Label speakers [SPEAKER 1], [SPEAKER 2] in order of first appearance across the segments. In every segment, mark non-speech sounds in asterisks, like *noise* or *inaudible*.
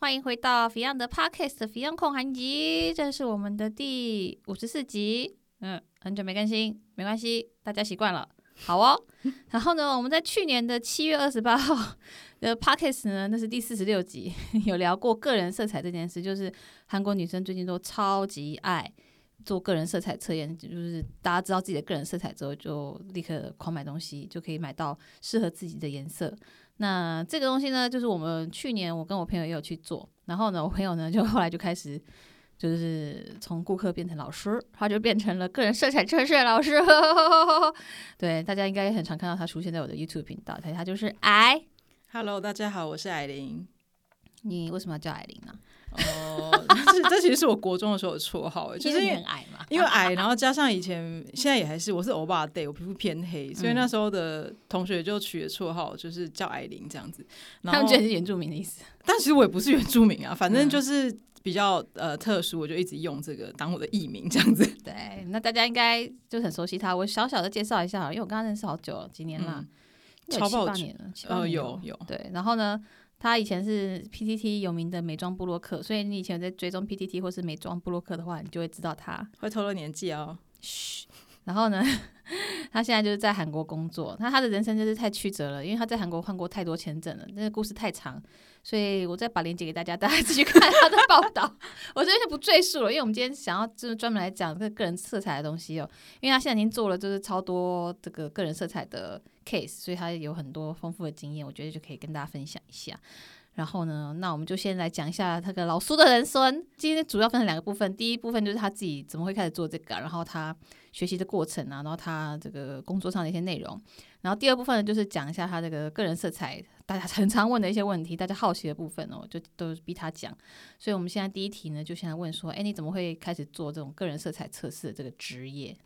[SPEAKER 1] 欢迎回到 Beyond 的 Podcast Beyond 控韩集，这是我们的第五十四集。嗯，很久没更新，没关系，大家习惯了。好哦，然后呢，我们在去年的七月二十八号的 Podcast 呢，那是第四十六集， *laughs* 有聊过个人色彩这件事，就是韩国女生最近都超级爱做个人色彩测验，就是大家知道自己的个人色彩之后，就立刻狂买东西，就可以买到适合自己的颜色。那这个东西呢，就是我们去年我跟我朋友也有去做，然后呢，我朋友呢就后来就开始就是从顾客变成老师，他就变成了个人色彩测试老师。 *laughs* 对，大家应该也很常看到他出现在我的 YouTube 频道，他他就是矮。
[SPEAKER 2] Hello，大家好，我是艾琳。
[SPEAKER 1] 你为什么要叫矮玲啊呢？
[SPEAKER 2] 哦， *laughs* 这这其实是我国中的时候的绰号，欸就是
[SPEAKER 1] 因为
[SPEAKER 2] 因为
[SPEAKER 1] 你很矮嘛。
[SPEAKER 2] 因为矮，然后加上以前现在也还是我是欧巴 day，我皮肤偏黑，
[SPEAKER 1] 嗯
[SPEAKER 2] 所以那时候的同学就取的绰号就是叫艾琳这样子。然
[SPEAKER 1] 他们
[SPEAKER 2] 后
[SPEAKER 1] 觉得嗯你是原住民的意思。
[SPEAKER 2] 但其实我也不是原住民啊，反正就是比较呃特殊，我就一直用这个当我的艺名这样子。
[SPEAKER 1] 对，那大家应该就很熟悉他。我小小的介绍一下好了，因为我跟他认识好久了，几年啦，
[SPEAKER 2] 嗯
[SPEAKER 1] 有
[SPEAKER 2] 超
[SPEAKER 1] 七
[SPEAKER 2] 爆
[SPEAKER 1] 八
[SPEAKER 2] 久
[SPEAKER 1] 年了，七八
[SPEAKER 2] 呃，
[SPEAKER 1] 年
[SPEAKER 2] 有
[SPEAKER 1] 了
[SPEAKER 2] 有，
[SPEAKER 1] 对，然后呢，他以前是 PTT 有名的美妆部落客，所以你以前有在追踪 PTT 或是美妆部落客的话，你就会知道他。
[SPEAKER 2] 会透露年纪哦。
[SPEAKER 1] 嘘，然后呢， *laughs* 他现在就是在韩国工作，那他的人生真是太曲折了，因为他在韩国换过太多签证了，那个故事太长，所以我再把链接给大家，大家自己去看他的报道， *laughs* 我这边就不赘述了，因为我们今天想要就是专门来讲这个个人色彩的东西哦，因为他现在已经做了就是超多这个个人色彩的 case，所以他有很多丰富的经验，我觉得就可以跟大家分享一下。然后呢，那我们就先来讲一下那个老苏的人生。今天主要分成两个部分，第一部分就是他自己怎么会开始做这个啊，然后他学习的过程啊，然后他这个工作上的一些内容。然后第二部分呢，就是讲一下他这个个人色彩，大家 *laughs* 很常问的一些问题，大家好奇的部分哦，就都逼他讲。所以我们现在第一题呢，就现在问说，哎，你怎么会开始做这种个人色彩测试的这个职业？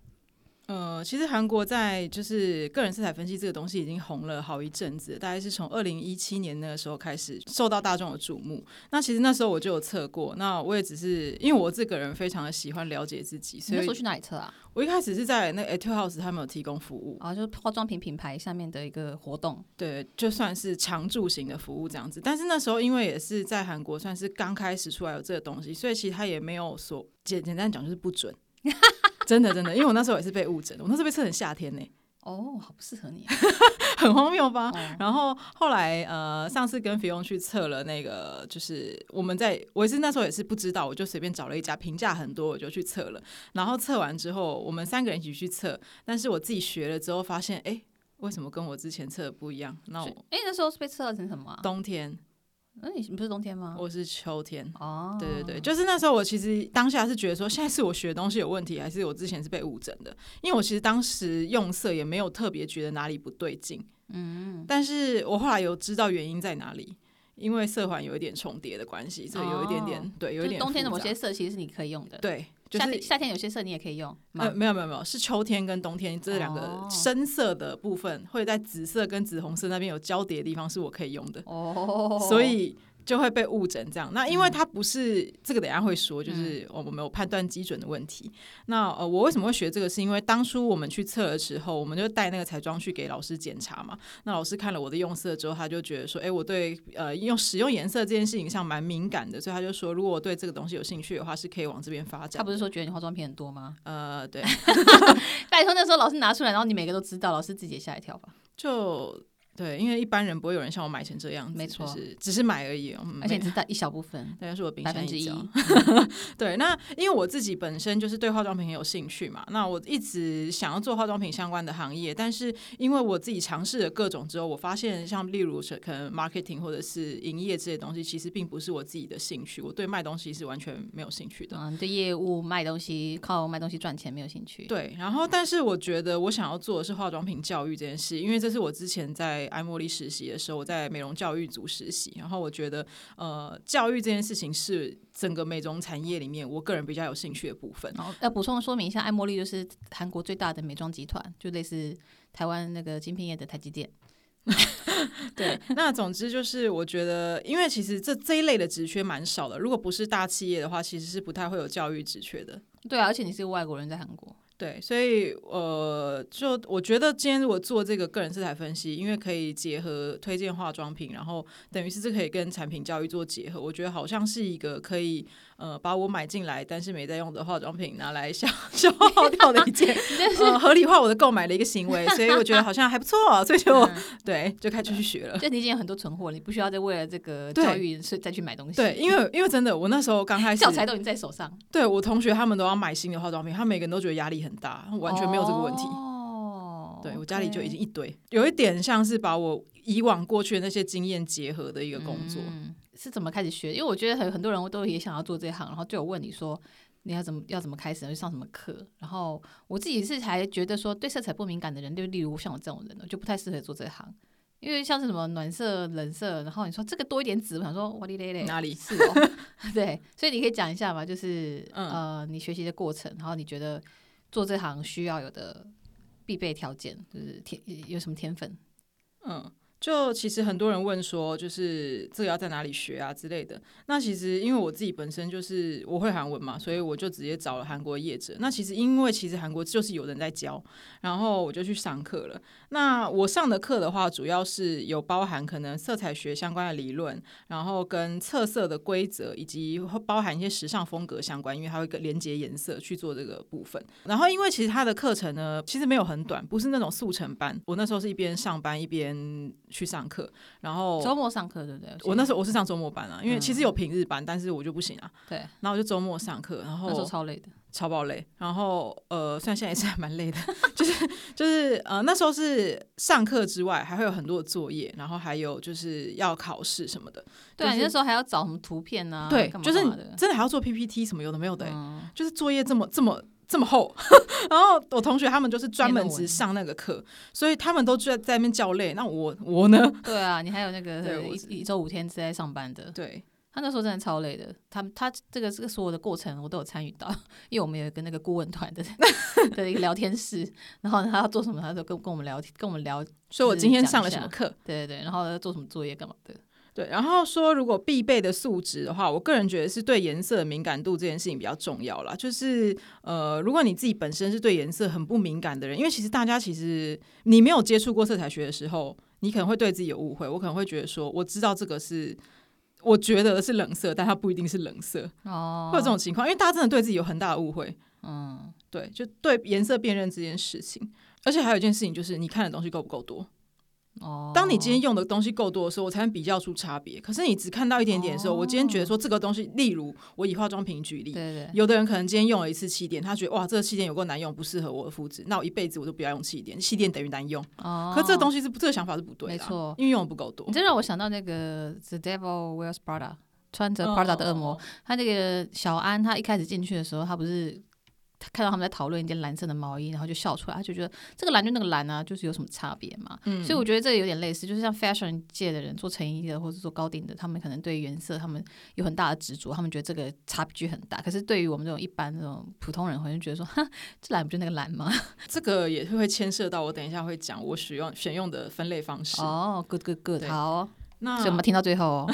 [SPEAKER 2] 呃，其实韩国在就是个人色彩分析这个东西已经红了好一阵子了，大概是从二零一七年那个时候开始受到大众的注目。那其实那时候我就有测过，那我也只是因为我这个人非常的喜欢了解自己，
[SPEAKER 1] 你
[SPEAKER 2] 所
[SPEAKER 1] 那
[SPEAKER 2] 以
[SPEAKER 1] 时候去哪里测啊？
[SPEAKER 2] 我一开始是在那 Etude House 他们有提供服务，
[SPEAKER 1] 啊，就是化妆品品牌下面的一个活动。
[SPEAKER 2] 对，就算是常驻型的服务这样子。但是那时候因为也是在韩国算是刚开始出来有这个东西，所以其实它也没有所简简单讲就是不准。 *laughs* 真的真的，因为我那时候也是被误诊的，我那时候被测成夏天呢、
[SPEAKER 1] 哦，好不适合你、
[SPEAKER 2] 很荒谬吧？
[SPEAKER 1] 哦
[SPEAKER 2] 然后后来呃，上次跟菲佣去测了那个，就是我们在我也是那时候也是不知道，我就随便找了一家评价很多，我就去测了。然后测完之后，我们三个人一起去测，但是我自己学了之后发现，哎，为什么跟我之前测的不一样？那我
[SPEAKER 1] 哎、那时候是被测成什么、啊？
[SPEAKER 2] 冬天，
[SPEAKER 1] 那、你你不是冬天吗？
[SPEAKER 2] 我是秋天。
[SPEAKER 1] 哦，
[SPEAKER 2] 对对对，就是那时候我其实当下是觉得说，现在是我学的东西有问题，还是我之前是被误诊的？因为我其实当时用色也没有特别觉得哪里不对劲，嗯，但是我后来有知道原因在哪里，因为色环有一点重叠的关系，所以有一点点、
[SPEAKER 1] 哦
[SPEAKER 2] 对，有
[SPEAKER 1] 就
[SPEAKER 2] 一
[SPEAKER 1] 是
[SPEAKER 2] 点
[SPEAKER 1] 冬天的
[SPEAKER 2] 复
[SPEAKER 1] 某
[SPEAKER 2] 杂
[SPEAKER 1] 些色其实是你可以用的，，
[SPEAKER 2] 对，就
[SPEAKER 1] 夏天
[SPEAKER 2] 是。
[SPEAKER 1] 夏天有些色你也可以用嘛。
[SPEAKER 2] 呃，没有没有没有，是秋天跟冬天这两
[SPEAKER 1] 哦
[SPEAKER 2] 个深色的部分，会在紫色跟紫红色那边有交叠的地方是我可以用的。
[SPEAKER 1] 哦，
[SPEAKER 2] 所以就会被误诊这样。那因为它不是、这个，等一下会说，就是
[SPEAKER 1] 嗯
[SPEAKER 2] 我们没有判断基准的问题。那呃，我为什么会学这个？是因为当初我们去测的时候，我们就带那个彩妆去给老师检查嘛。那老师看了我的用色之后，他就觉得说，哎、我对呃用使用颜色这件事情上蛮敏感的，所以他就说，如果我对这个东西有兴趣的话，是可以往这边发
[SPEAKER 1] 他
[SPEAKER 2] 展
[SPEAKER 1] 不。是说觉得你化妆品很多吗？ *laughs*
[SPEAKER 2] 呃，对，
[SPEAKER 1] 拜托，那时候老师拿出来，然后你每个都知道，老师自己也吓一跳吧。
[SPEAKER 2] 就。对，因为一般人不会有人像我买成这样子，
[SPEAKER 1] 没错
[SPEAKER 2] 就是只是买而已。嗯
[SPEAKER 1] 而且你只带一小部分，
[SPEAKER 2] *laughs* 大概是我冰
[SPEAKER 1] 百
[SPEAKER 2] 山
[SPEAKER 1] 分之
[SPEAKER 2] 一
[SPEAKER 1] 一
[SPEAKER 2] 角。
[SPEAKER 1] *laughs*
[SPEAKER 2] *laughs* 对，那因为我自己本身就是对化妆品很有兴趣嘛，那我一直想要做化妆品相关的行业，但是因为我自己尝试了各种之后，我发现像例如是可能 marketing 或者是营业这些东西，其实并不是我自己的兴趣，我对卖东西是完全没有兴趣的。
[SPEAKER 1] 嗯，你对业务卖东西，靠卖东西赚钱没有兴趣。
[SPEAKER 2] 对，然后但是我觉得我想要做的是化妆品教育这件事，因为这是我之前在爱茉莉实习的时候，我在美容教育组实习，然后我觉得呃，教育这件事情是整个美容产业里面我个人比较有兴趣的部分。
[SPEAKER 1] 然后要补充说明一下，爱茉莉就是韩国最大的美妆集团，就类似台湾那个精品业的台积电。
[SPEAKER 2] 对， *laughs* 那总之就是，我觉得，因为其实这这一类的职缺蛮少的，如果不是大企业的话，其实是不太会有教育职缺的。 *laughs*
[SPEAKER 1] 对啊，而且你是个外国人在韩国，
[SPEAKER 2] 对，所以呃，就我觉得今天如果做这个个人色彩分析，因为可以结合推荐化妆品，然后等于是这可以跟产品教育做结合，我觉得好像是一个可以呃把我买进来但是没在用的化妆品拿来消消耗掉的一
[SPEAKER 1] *laughs*
[SPEAKER 2] 件呃合理化我的购买的一个行为，所以我觉得好像还不错，啊所以就、
[SPEAKER 1] 嗯
[SPEAKER 2] 对就开始去学了。
[SPEAKER 1] 就你已经有很多存货，你不需要再为了这个
[SPEAKER 2] 对
[SPEAKER 1] 教育是再去买东西。
[SPEAKER 2] 对，，因为因为真的，我那时候刚开始
[SPEAKER 1] 教材都已经在手上，
[SPEAKER 2] 对我同学他们都要买新的化妆品，他们每个人都觉得压力很大，完全没有这个问题。
[SPEAKER 1] 哦，
[SPEAKER 2] 对我家里就已经
[SPEAKER 1] OK
[SPEAKER 2] 一堆，有一点像是把我以往过去的那些经验结合的一个工作。
[SPEAKER 1] 嗯是怎么开始学？因为我觉得很很多人都也想要做这行，然后就有问你说你要怎么要怎么开始，要去上什么课。然后我自己是还觉得说对色彩不敏感的人，就例如像我这种人，我就不太适合做这行。因为像是什么暖色、冷色，然后你说这个多一点紫，我想说哇哩嘞嘞，
[SPEAKER 2] 哪里
[SPEAKER 1] 是哦？对，所以你可以讲一下嘛，就是、
[SPEAKER 2] 嗯
[SPEAKER 1] 呃，你学习的过程，然后你觉得做这行需要有的必备条件，就是天有什么天分？
[SPEAKER 2] 嗯，就其实很多人问说，就是这个要在哪里学啊之类的。那其实因为我自己本身就是我会韩文嘛，所以我就直接找了韩国业者。那其实因为其实韩国就是有人在教，然后我就去上课了。那我上的课的话，主要是有包含可能色彩学相关的理论，然后跟测色的规则，以及包含一些时尚风格相关，因为它会跟连接颜色去做这个部分。然后因为其实它的课程呢，其实没有很短，不是那种速成班。我那时候是一边上班一边去上课，然后
[SPEAKER 1] 周末上课对不对？
[SPEAKER 2] 哦我那时
[SPEAKER 1] 候
[SPEAKER 2] 候我是上周末班啊，因为其实有平日班，但是我就不行啊。
[SPEAKER 1] 嗯对，
[SPEAKER 2] 然后我就周末上课，然后
[SPEAKER 1] 那时候超累的。
[SPEAKER 2] 超爆累，然后呃，虽然现在也是还蛮累的， *laughs* 就是就是呃，那时候是上课之外还会有很多的作业，然后还有就是要考试什么的。
[SPEAKER 1] 对啊，
[SPEAKER 2] 就
[SPEAKER 1] 你
[SPEAKER 2] 是
[SPEAKER 1] 那时候还要找什么图片啊？
[SPEAKER 2] 对
[SPEAKER 1] 干，嘛
[SPEAKER 2] 就是
[SPEAKER 1] 干
[SPEAKER 2] 你
[SPEAKER 1] 嘛的
[SPEAKER 2] 真的还要做 PPT 什么有的没有的、欸
[SPEAKER 1] 嗯
[SPEAKER 2] 就是作业这么这么这么厚。 *laughs* 然后我同学他们就是专门
[SPEAKER 1] 天哪
[SPEAKER 2] 只
[SPEAKER 1] 我
[SPEAKER 2] 上那个课，所以他们都在在那边叫累。那我我呢？
[SPEAKER 1] 对啊，你还有那个
[SPEAKER 2] *laughs* 对
[SPEAKER 1] 呃
[SPEAKER 2] 我
[SPEAKER 1] 一
[SPEAKER 2] 是
[SPEAKER 1] 一周五天是在上班的，
[SPEAKER 2] 对，
[SPEAKER 1] 他那时候真的超累的。他他这个这个所有的过程我都有参与到，因为我们有一个那个顾问团的 *laughs* 的一个聊天室，然后他要做什么，他都跟跟我们聊，跟我们聊，对
[SPEAKER 2] 所以我今天
[SPEAKER 1] 讲一
[SPEAKER 2] 上了
[SPEAKER 1] 下
[SPEAKER 2] 什么课？
[SPEAKER 1] 对对，然后要做什么作业干嘛的。
[SPEAKER 2] 对，然后说如果必备的素质的话，我个人觉得是对颜色敏感度这件事情比较重要啦。就是呃，如果你自己本身是对颜色很不敏感的人，因为其实大家其实你没有接触过色彩学的时候，你可能会对自己有误会。我可能会觉得说，我知道这个是。我觉得是冷色，但它不一定是冷色，
[SPEAKER 1] 哦，
[SPEAKER 2] 会有这种情况，因为大家真的对自己有很大的误会，
[SPEAKER 1] 嗯，
[SPEAKER 2] 对，就对颜色辨认这件事情。而且还有一件事情，就是你看的东西够不够多。
[SPEAKER 1] 哦，
[SPEAKER 2] 当你今天用的东西够多的时候，我才能比较出差别。可是你只看到一点点的时候，
[SPEAKER 1] 哦
[SPEAKER 2] 我今天觉得说这个东西，例如我以化妆品举例，
[SPEAKER 1] 对对
[SPEAKER 2] 有的人可能今天用了一次气垫，他觉得哇这个气垫有够难用，不适合我的肤质，那我一辈子我都不要用气垫，气垫等于难用。
[SPEAKER 1] 哦，
[SPEAKER 2] 可这个东西是这个想法是不对的、啊
[SPEAKER 1] 没错
[SPEAKER 2] 因为用的不够多
[SPEAKER 1] 哦你。这让我想到那个《The Devil Wears Prada》穿着 Prada 的恶魔，
[SPEAKER 2] 哦
[SPEAKER 1] 他那个小安，他一开始进去的时候，他不是他看到他们在讨论一件蓝色的毛衣，然后就笑出来，他就觉得这个蓝跟那个蓝啊，就是有什么差别嘛。
[SPEAKER 2] 嗯
[SPEAKER 1] 所以我觉得这个有点类似，就是像 fashion 界的人做成衣的或者做高定的，他们可能对原色他们有很大的执着，他们觉得这个差距很大。可是对于我们这种一般这种普通人，好像觉得说，哈，这蓝不就那个蓝吗？
[SPEAKER 2] 嗯这个也会牵涉到我等一下会讲我使用选用的分类方式。
[SPEAKER 1] 哦、g o o d good good，
[SPEAKER 2] 对
[SPEAKER 1] 好哦，
[SPEAKER 2] 那
[SPEAKER 1] 所以我们听到最后哦，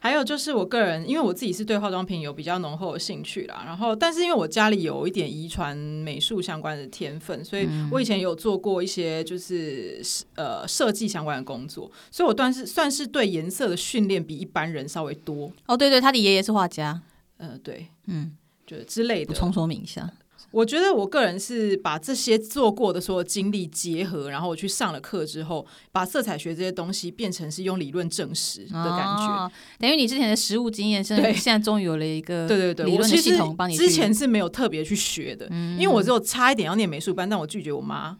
[SPEAKER 2] 还有就是我个人，因为我自己是对化妆品有比较浓厚的兴趣啦，然后但是因为我家里有一点遗传美术相关的天分，所以
[SPEAKER 1] 嗯
[SPEAKER 2] 我以前有做过一些就是呃设计相关的工作，所以我算是算是对颜色的训练比一般人稍微多，
[SPEAKER 1] 哦，对对，他的爷爷是画家，
[SPEAKER 2] 呃，对，
[SPEAKER 1] 嗯，
[SPEAKER 2] 就是之类
[SPEAKER 1] 补
[SPEAKER 2] 的。
[SPEAKER 1] 充说明一下，
[SPEAKER 2] 我觉得我个人是把这些做过的所有经历结合，然后我去上了课之后，把色彩学这些东西变成是用理论证实的感觉。
[SPEAKER 1] 哦、等于你之前的实物经验，现在
[SPEAKER 2] 对
[SPEAKER 1] 现在终于有了一个
[SPEAKER 2] 对对对，
[SPEAKER 1] 理
[SPEAKER 2] 我
[SPEAKER 1] 论的
[SPEAKER 2] 其
[SPEAKER 1] 系
[SPEAKER 2] 实
[SPEAKER 1] 统帮你嗯去
[SPEAKER 2] 之前是没有特别去学的，因为我只有差一点要念美术班，但我拒绝我妈，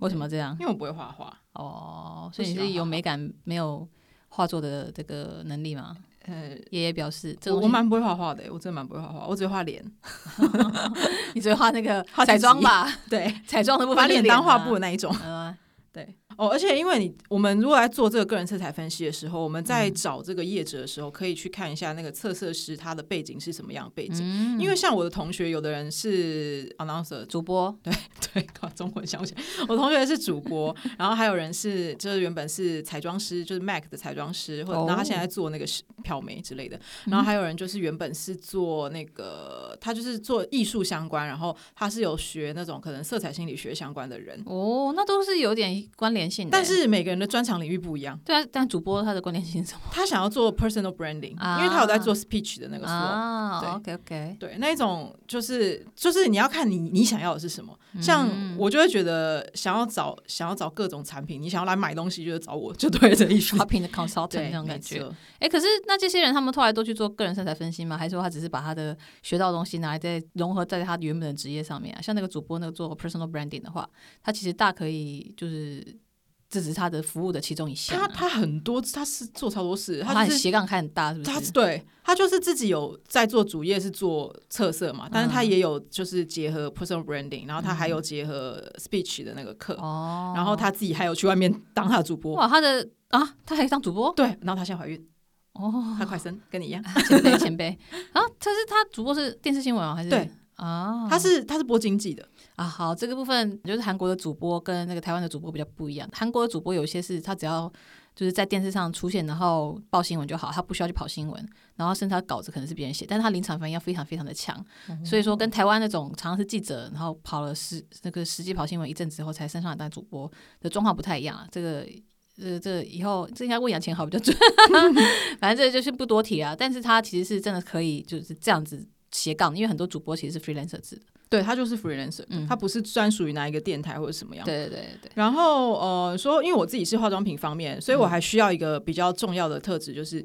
[SPEAKER 1] 为什么这样？
[SPEAKER 2] 因为我不会画
[SPEAKER 1] *laughs*
[SPEAKER 2] 画。
[SPEAKER 1] 哦，
[SPEAKER 2] 不
[SPEAKER 1] 所以你
[SPEAKER 2] 喜欢
[SPEAKER 1] 是有
[SPEAKER 2] 画
[SPEAKER 1] 美感没有画作的这个能力吗？
[SPEAKER 2] 呃，
[SPEAKER 1] 爷爷表示，这
[SPEAKER 2] 我
[SPEAKER 1] 东
[SPEAKER 2] 我
[SPEAKER 1] 西
[SPEAKER 2] 蛮不会画画的、欸我真的蛮不会画画，我只会画脸。
[SPEAKER 1] *laughs* 你只会画那个
[SPEAKER 2] 画自
[SPEAKER 1] 彩妆
[SPEAKER 2] 己
[SPEAKER 1] 吧， *laughs*
[SPEAKER 2] 对，
[SPEAKER 1] 彩妆的部分
[SPEAKER 2] 把
[SPEAKER 1] 就是
[SPEAKER 2] 脸当
[SPEAKER 1] 啊
[SPEAKER 2] 画布的。那一种。
[SPEAKER 1] 嗯啊
[SPEAKER 2] 对，哦，而且因为你我们如果来做这个个人色彩分析的时候，我们在
[SPEAKER 1] 嗯
[SPEAKER 2] 找这个业者的时候，可以去看一下那个测色师他的背景是什么样的背景。
[SPEAKER 1] 嗯
[SPEAKER 2] 因为像我的同学，有的人是 announcer，
[SPEAKER 1] 主播
[SPEAKER 2] *laughs* 对，搞中文想不起来。我同学是主播，然后还有人是就是原本是彩妆师，就是 MAC 的彩妆师，或者
[SPEAKER 1] 哦嗯
[SPEAKER 2] 然后他现在做那个是漂眉之类的。然后还有人就是原本是做那个，他就是做艺术相关，然后他是有学那种可能色彩心理学相关的人。
[SPEAKER 1] 哦，那都是有点关联性的。
[SPEAKER 2] 但是每个人的专长领域不一样，
[SPEAKER 1] 对啊，但主播他的关联性是什么
[SPEAKER 2] 他想要做 personal branding，、
[SPEAKER 1] 啊
[SPEAKER 2] 因为他有在做 speech 的那个 flow，、
[SPEAKER 1] 啊？OK OK，
[SPEAKER 2] 对，那一种就是就是你要看你你想要的是什么，像
[SPEAKER 1] 嗯
[SPEAKER 2] 我就会觉得想要找想要找各种产品，你想要来买东西就是找我，就对这一思。
[SPEAKER 1] shopping 的 consultant
[SPEAKER 2] *laughs* 对，
[SPEAKER 1] 那种
[SPEAKER 2] 没
[SPEAKER 1] 感觉。
[SPEAKER 2] 错
[SPEAKER 1] 哎，可是那这些人他们后来都去做个人身材分析吗？还是说他只是把他的学到的东西拿来再融合在他原本的职业上面啊？像那个主播那个做 personal branding 的话，他其实大可以就是这只是他的服务的其中一项啊、
[SPEAKER 2] 他他很多，他是做超多事，
[SPEAKER 1] 他
[SPEAKER 2] 他
[SPEAKER 1] 很
[SPEAKER 2] 就是
[SPEAKER 1] 斜杠开很大，是不
[SPEAKER 2] 他
[SPEAKER 1] 是？
[SPEAKER 2] 对他就是自己有在做主业是做测色嘛，但
[SPEAKER 1] 嗯
[SPEAKER 2] 是他也有就是结合 personal branding，然后他还有结合 speech 的那个课，
[SPEAKER 1] 哦，
[SPEAKER 2] 然后他自己还有去外面当他的主播，
[SPEAKER 1] 哇，他的啊，他还当主播
[SPEAKER 2] 对，然后他现在怀孕，
[SPEAKER 1] 哦， *laughs*
[SPEAKER 2] 他快生，跟你一样。
[SPEAKER 1] 前辈前辈啊，可是他主播是电视新闻哦，还是
[SPEAKER 2] 对
[SPEAKER 1] 啊？
[SPEAKER 2] 他是他是播经济的，
[SPEAKER 1] 啊，好，这个部分就是韩国的主播跟那个台湾的主播比较不一样。韩国的主播有些是他只要就是在电视上出现，然后报新闻就好，他不需要去跑新闻，然后甚至他稿子可能是别人写，但是他临场反应要非常非常的强。所以说，跟台湾那种常常是记者，然后跑了十那个实际跑新闻一阵子后才升上来当主播的状况不太一样啊。这个。呃这这以后这应该问杨千豪比较准，反正这就是不多提啊。但是他其实是真的可以就是这样子斜杠，因为很多主播其实是 freelancer 制的。
[SPEAKER 2] 对他就是 freelancer，、
[SPEAKER 1] 嗯
[SPEAKER 2] 他不是专属于哪一个电台或者什么样。
[SPEAKER 1] 对对对对，
[SPEAKER 2] 然后呃，说因为我自己是化妆品方面，所以我
[SPEAKER 1] 嗯
[SPEAKER 2] 还需要一个比较重要的特质，就是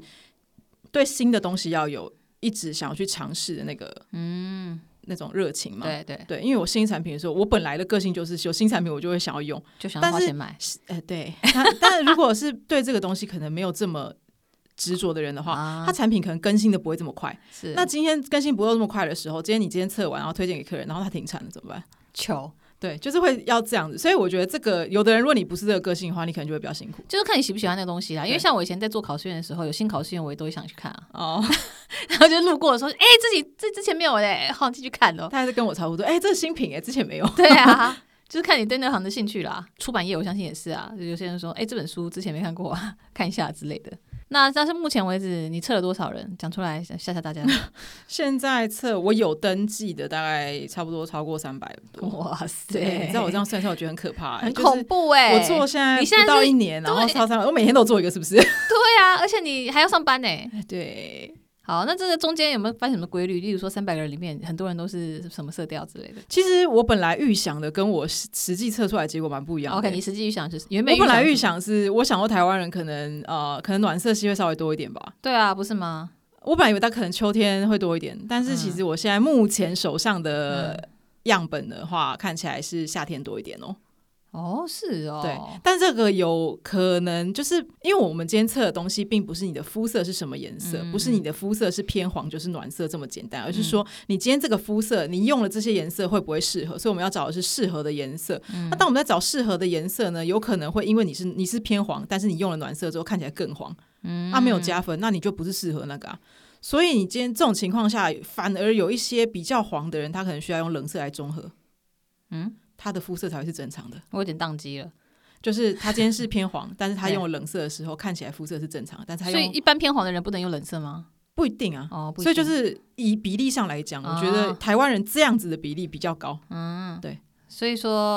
[SPEAKER 2] 对新的东西要有一直想要去尝试的那个
[SPEAKER 1] 嗯，
[SPEAKER 2] 那种热情嘛。
[SPEAKER 1] 对对，
[SPEAKER 2] 对，因为我新产品的时候，我本来的个性就是有新产品我就会想
[SPEAKER 1] *laughs*
[SPEAKER 2] 要用，
[SPEAKER 1] 就想要
[SPEAKER 2] 但
[SPEAKER 1] 花
[SPEAKER 2] 是
[SPEAKER 1] 钱买
[SPEAKER 2] 呃，对。那 *laughs* 但如果是对这个东西可能没有这么执着的人的话，
[SPEAKER 1] 啊
[SPEAKER 2] 他，产品可能更新的不会这么快。
[SPEAKER 1] 是
[SPEAKER 2] 那今天更新不会这么快的时候，今天你今天测完然后推荐给客人，然后他停产了怎么办？
[SPEAKER 1] 球
[SPEAKER 2] 对，就是会要这样子，所以我觉得这个有的人，如果你不是这个个性的话，你可能就会比较辛苦
[SPEAKER 1] 就是看你喜不喜欢那个东西啦。因为
[SPEAKER 2] 对
[SPEAKER 1] 像我以前在做考试院的时候，有新考试院我也都会想去看啊， *laughs*
[SPEAKER 2] 哦。
[SPEAKER 1] 然后就路过的时候，哎、这里这之前没有嘞， *laughs* 好继续看
[SPEAKER 2] *laughs*
[SPEAKER 1] 哦。
[SPEAKER 2] *laughs* 他还是跟我差不多，哎、这是新品哎、之前没有。
[SPEAKER 1] 对啊，就是看你对那行的兴趣啦。出版业我相信也是啊，有些人说，哎、这本书之前没看过啊， *laughs* 看一下之类的。那但是目前为止，你测了多少人？讲出来吓吓吓
[SPEAKER 2] *laughs*
[SPEAKER 1] 大家！
[SPEAKER 2] 现在测我有登记的，大概差不多超过三百多。
[SPEAKER 1] 哇
[SPEAKER 2] 对，
[SPEAKER 1] 塞，
[SPEAKER 2] 你知道我这样算一算，我觉得很可怕、哎
[SPEAKER 1] 哦很
[SPEAKER 2] 就是
[SPEAKER 1] 恐怖哎、
[SPEAKER 2] 我做现在
[SPEAKER 1] 你现在
[SPEAKER 2] 不到一年，
[SPEAKER 1] 是
[SPEAKER 2] 然后超三百，我每天都做一个，是
[SPEAKER 1] *laughs*
[SPEAKER 2] 不是？
[SPEAKER 1] 对啊，而且你还要上班呢、
[SPEAKER 2] 对，
[SPEAKER 1] 好，那这个中间有没有发现什么规律？例如说，三百个人里面，很多人都是什么色调之类的。
[SPEAKER 2] 其实我本来预想的跟我实实际测出来的结果蛮不一样的。欸
[SPEAKER 1] OK，你实际预想就是原本
[SPEAKER 2] 我本来预
[SPEAKER 1] 是
[SPEAKER 2] 想是，我想过台湾人可能呃，可能暖色系会稍微多一点吧。
[SPEAKER 1] 对啊，不是吗？
[SPEAKER 2] 我本来以为它可能秋天会多一点，但是其
[SPEAKER 1] 嗯
[SPEAKER 2] 实我现在目前手上的样本的话，看起来是夏天多一点哦、
[SPEAKER 1] 哦，是哦，
[SPEAKER 2] 对，但这个有可能就是因为我们监测的东西，并不是你的肤色是什么颜色，
[SPEAKER 1] 嗯
[SPEAKER 2] 不是你的肤色是偏黄就是暖色这么简单，而是说你今天这个肤色，你用了这些颜色会不会适合？所以我们要找的是适合的颜色。
[SPEAKER 1] 嗯
[SPEAKER 2] 那当我们在找适合的颜色呢，有可能会因为你是你是偏黄，但是你用了暖色之后看起来更黄，嗯，啊没有加分，那你就不是适合那个、啊。所以你今天这种情况下，反而有一些比较黄的人，他可能需要用冷色来中和，
[SPEAKER 1] 嗯，
[SPEAKER 2] 他的肤色才会是正常的。
[SPEAKER 1] 我有点宕机了。
[SPEAKER 2] 就是他今天是偏黄，但是他
[SPEAKER 1] 对
[SPEAKER 2] 用冷色的时候看起来肤色是正常的，但是他
[SPEAKER 1] 所以
[SPEAKER 2] 用
[SPEAKER 1] 一般偏黄的人不能用冷色吗？
[SPEAKER 2] 不一定啊。
[SPEAKER 1] 哦，不一
[SPEAKER 2] 所以就
[SPEAKER 1] 定，
[SPEAKER 2] 是以比例上来讲，我觉得
[SPEAKER 1] 哦
[SPEAKER 2] 台湾人这样子的比例比较高。
[SPEAKER 1] 嗯，
[SPEAKER 2] 对。
[SPEAKER 1] 所以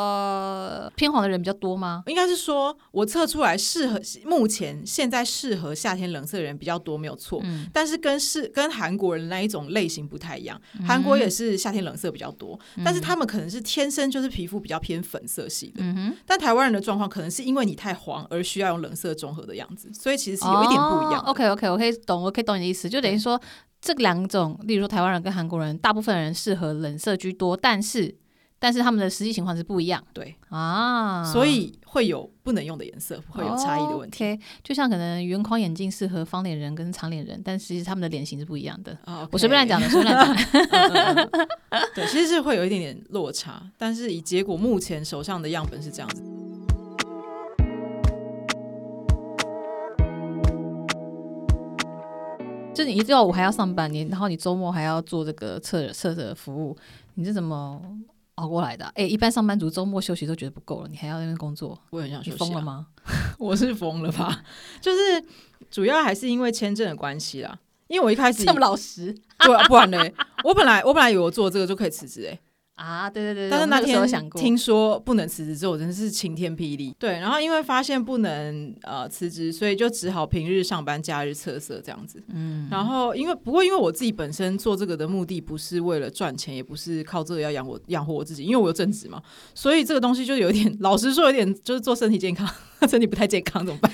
[SPEAKER 1] 说偏黄的人比较多吗？
[SPEAKER 2] 应该是说我测出来适合目前现在适合夏天冷色的人比较多，没有错。
[SPEAKER 1] 嗯
[SPEAKER 2] 但是跟是跟韩国人那一种类型不太一样，
[SPEAKER 1] 嗯
[SPEAKER 2] 韩国也是夏天冷色比较多，但是他们可能是天生就是皮肤比较偏粉色系的，
[SPEAKER 1] 嗯哼，
[SPEAKER 2] 但台湾人的状况可能是因为你太黄而需要用冷色中和的样子，所以其实是有一点不一样的。
[SPEAKER 1] 哦 OK OK，我可以懂，我可以懂你的意思，就等于说这两种，例如说台湾人跟韩国人，大部分人适合冷色居多，但是但是他们的实际情况是不一样
[SPEAKER 2] 对，
[SPEAKER 1] 啊，
[SPEAKER 2] 所以会有不能用的颜色，会有差异的问题。
[SPEAKER 1] o k 哦就像可能圆框眼镜适合方脸人跟长脸人，但其实他们的脸型是不一样的。
[SPEAKER 2] 啊，OK
[SPEAKER 1] 我随便乱讲，的， *laughs* 随便乱讲。
[SPEAKER 2] 嗯嗯嗯 *laughs* 对，其实是会有一点点落差，但是以结果目前手上的样本是这样子。
[SPEAKER 1] 就你一到五还要上班，你然后你周末还要做这个测测的服务，你是怎么熬过来的啊？哎、一般上班族周末休息都觉得不够了，你还要在那边工作，
[SPEAKER 2] 我也很想
[SPEAKER 1] 你
[SPEAKER 2] 休息、啊。
[SPEAKER 1] 疯了吗？
[SPEAKER 2] 我是疯了吧？就是主要还是因为签证的关系啦。因为我一开始
[SPEAKER 1] 这么老
[SPEAKER 2] *laughs*
[SPEAKER 1] 实
[SPEAKER 2] 对啊，不然嘞，我本来我本来以为我做这个就可以辞职哎，
[SPEAKER 1] 啊？对对对，
[SPEAKER 2] 但是
[SPEAKER 1] 我那
[SPEAKER 2] 那
[SPEAKER 1] 个时候
[SPEAKER 2] 天
[SPEAKER 1] 想过，
[SPEAKER 2] *laughs* 听说不能辞职之后，我真是晴天霹雳。对，然后因为发现不能呃辞职，所以就只好平日上班，假日测色这样子。嗯，然后因为不过因为我自己本身做这个的目的不是为了赚钱，也不是靠这个要养我养活我自己，因为我有正职嘛，所以这个东西就有点， *laughs* 老实说有点就是做身体健康， *laughs* 身体不太健康怎么办？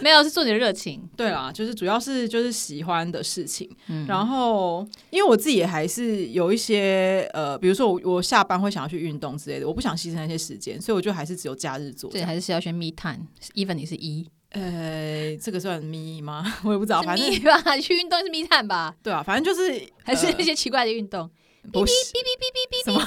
[SPEAKER 1] 没有是做你的热情，
[SPEAKER 2] 对啦，就是主要是就是喜欢的事情，
[SPEAKER 1] 嗯
[SPEAKER 2] 然后因为我自己也还是有一些呃，比如说我我下班会想要去运动之类的，我不想牺牲那些时间，所以我就还是只有假日做。
[SPEAKER 1] 对，还是要选 me time，even 你是一、
[SPEAKER 2] 呃，这个算咪吗？我也不知道，反正
[SPEAKER 1] 是 me 吧，去运动是 me time 吧，
[SPEAKER 2] 对啊，反正就是
[SPEAKER 1] 还是 *laughs*
[SPEAKER 2] 呃
[SPEAKER 1] 那些奇怪的运动？
[SPEAKER 2] 不是什么，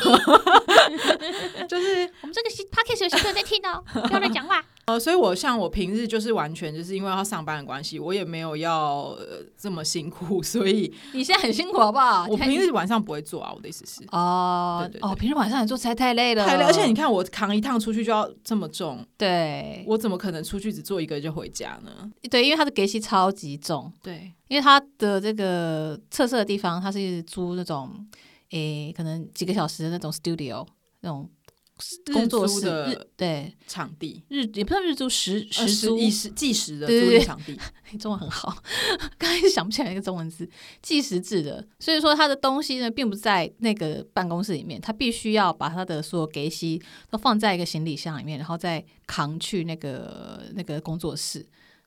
[SPEAKER 2] 就是
[SPEAKER 1] 我们这个是 p o c k e t 有新在听 *laughs* 哦，不要乱讲话。
[SPEAKER 2] 呃，所以我像我平日就是完全就是因为要上班的关系，我也没有要、呃、这么辛苦，所以
[SPEAKER 1] 你现在很辛苦好不好？
[SPEAKER 2] 我
[SPEAKER 1] 啊你看
[SPEAKER 2] 平日晚上不会做啊。我的意思是，
[SPEAKER 1] 哦
[SPEAKER 2] 对对对
[SPEAKER 1] 哦，平时晚上你做实在太累了，
[SPEAKER 2] 太累，而且你看我扛一趟出去就要这么重，
[SPEAKER 1] 对
[SPEAKER 2] 我怎么可能出去只做一个就回家呢？
[SPEAKER 1] 对，因为他的给息超级重，
[SPEAKER 2] 对，
[SPEAKER 1] 因为他的这个测试的地方，他是租那种诶，可能几个小时的那种 studio 那种工作室，
[SPEAKER 2] 日租的
[SPEAKER 1] 日对
[SPEAKER 2] 场地
[SPEAKER 1] 日也不算日租，时时
[SPEAKER 2] 呃
[SPEAKER 1] 租
[SPEAKER 2] 以时计时的租
[SPEAKER 1] 对对
[SPEAKER 2] 赁
[SPEAKER 1] 对
[SPEAKER 2] 场
[SPEAKER 1] *laughs*
[SPEAKER 2] 地，
[SPEAKER 1] 中文很好，刚开始想不起来一个中文字，计时制的，所以说他的东西呢，并不在那个办公室里面，他必须要把他的所有给息都放在一个行李箱里面，然后再扛去那个那个工作室。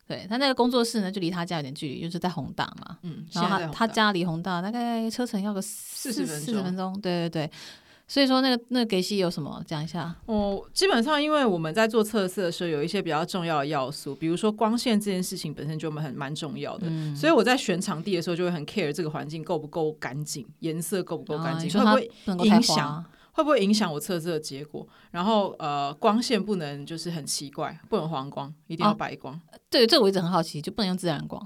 [SPEAKER 1] 对他那个工作室呢，就离他家有点距离，就是在宏大嘛。
[SPEAKER 2] 嗯，
[SPEAKER 1] 然后
[SPEAKER 2] 现在
[SPEAKER 1] 他他
[SPEAKER 2] 在宏大
[SPEAKER 1] 家离宏大大概车程要个四
[SPEAKER 2] 40分
[SPEAKER 1] 四
[SPEAKER 2] 钟
[SPEAKER 1] 十分钟，对对对。所以说那个那个给息有什么讲一下？
[SPEAKER 2] 哦，基本上因为我们在做测试的时候有一些比较重要的要素，比如说光线这件事情本身就很蛮重要的。
[SPEAKER 1] 嗯，
[SPEAKER 2] 所以我在选场地的时候就会很 care 这个环境够不够干净，颜色够不够干
[SPEAKER 1] 啊
[SPEAKER 2] 净
[SPEAKER 1] 你，说
[SPEAKER 2] 会不
[SPEAKER 1] 他
[SPEAKER 2] 会
[SPEAKER 1] 不能够太
[SPEAKER 2] 影响
[SPEAKER 1] 滑，
[SPEAKER 2] 会不会影响我测试的结果？然后呃，光线不能就是很奇怪，不能黄光，一定要
[SPEAKER 1] 哦
[SPEAKER 2] 白光。
[SPEAKER 1] 对，这我一直很好奇，就不能用自然光。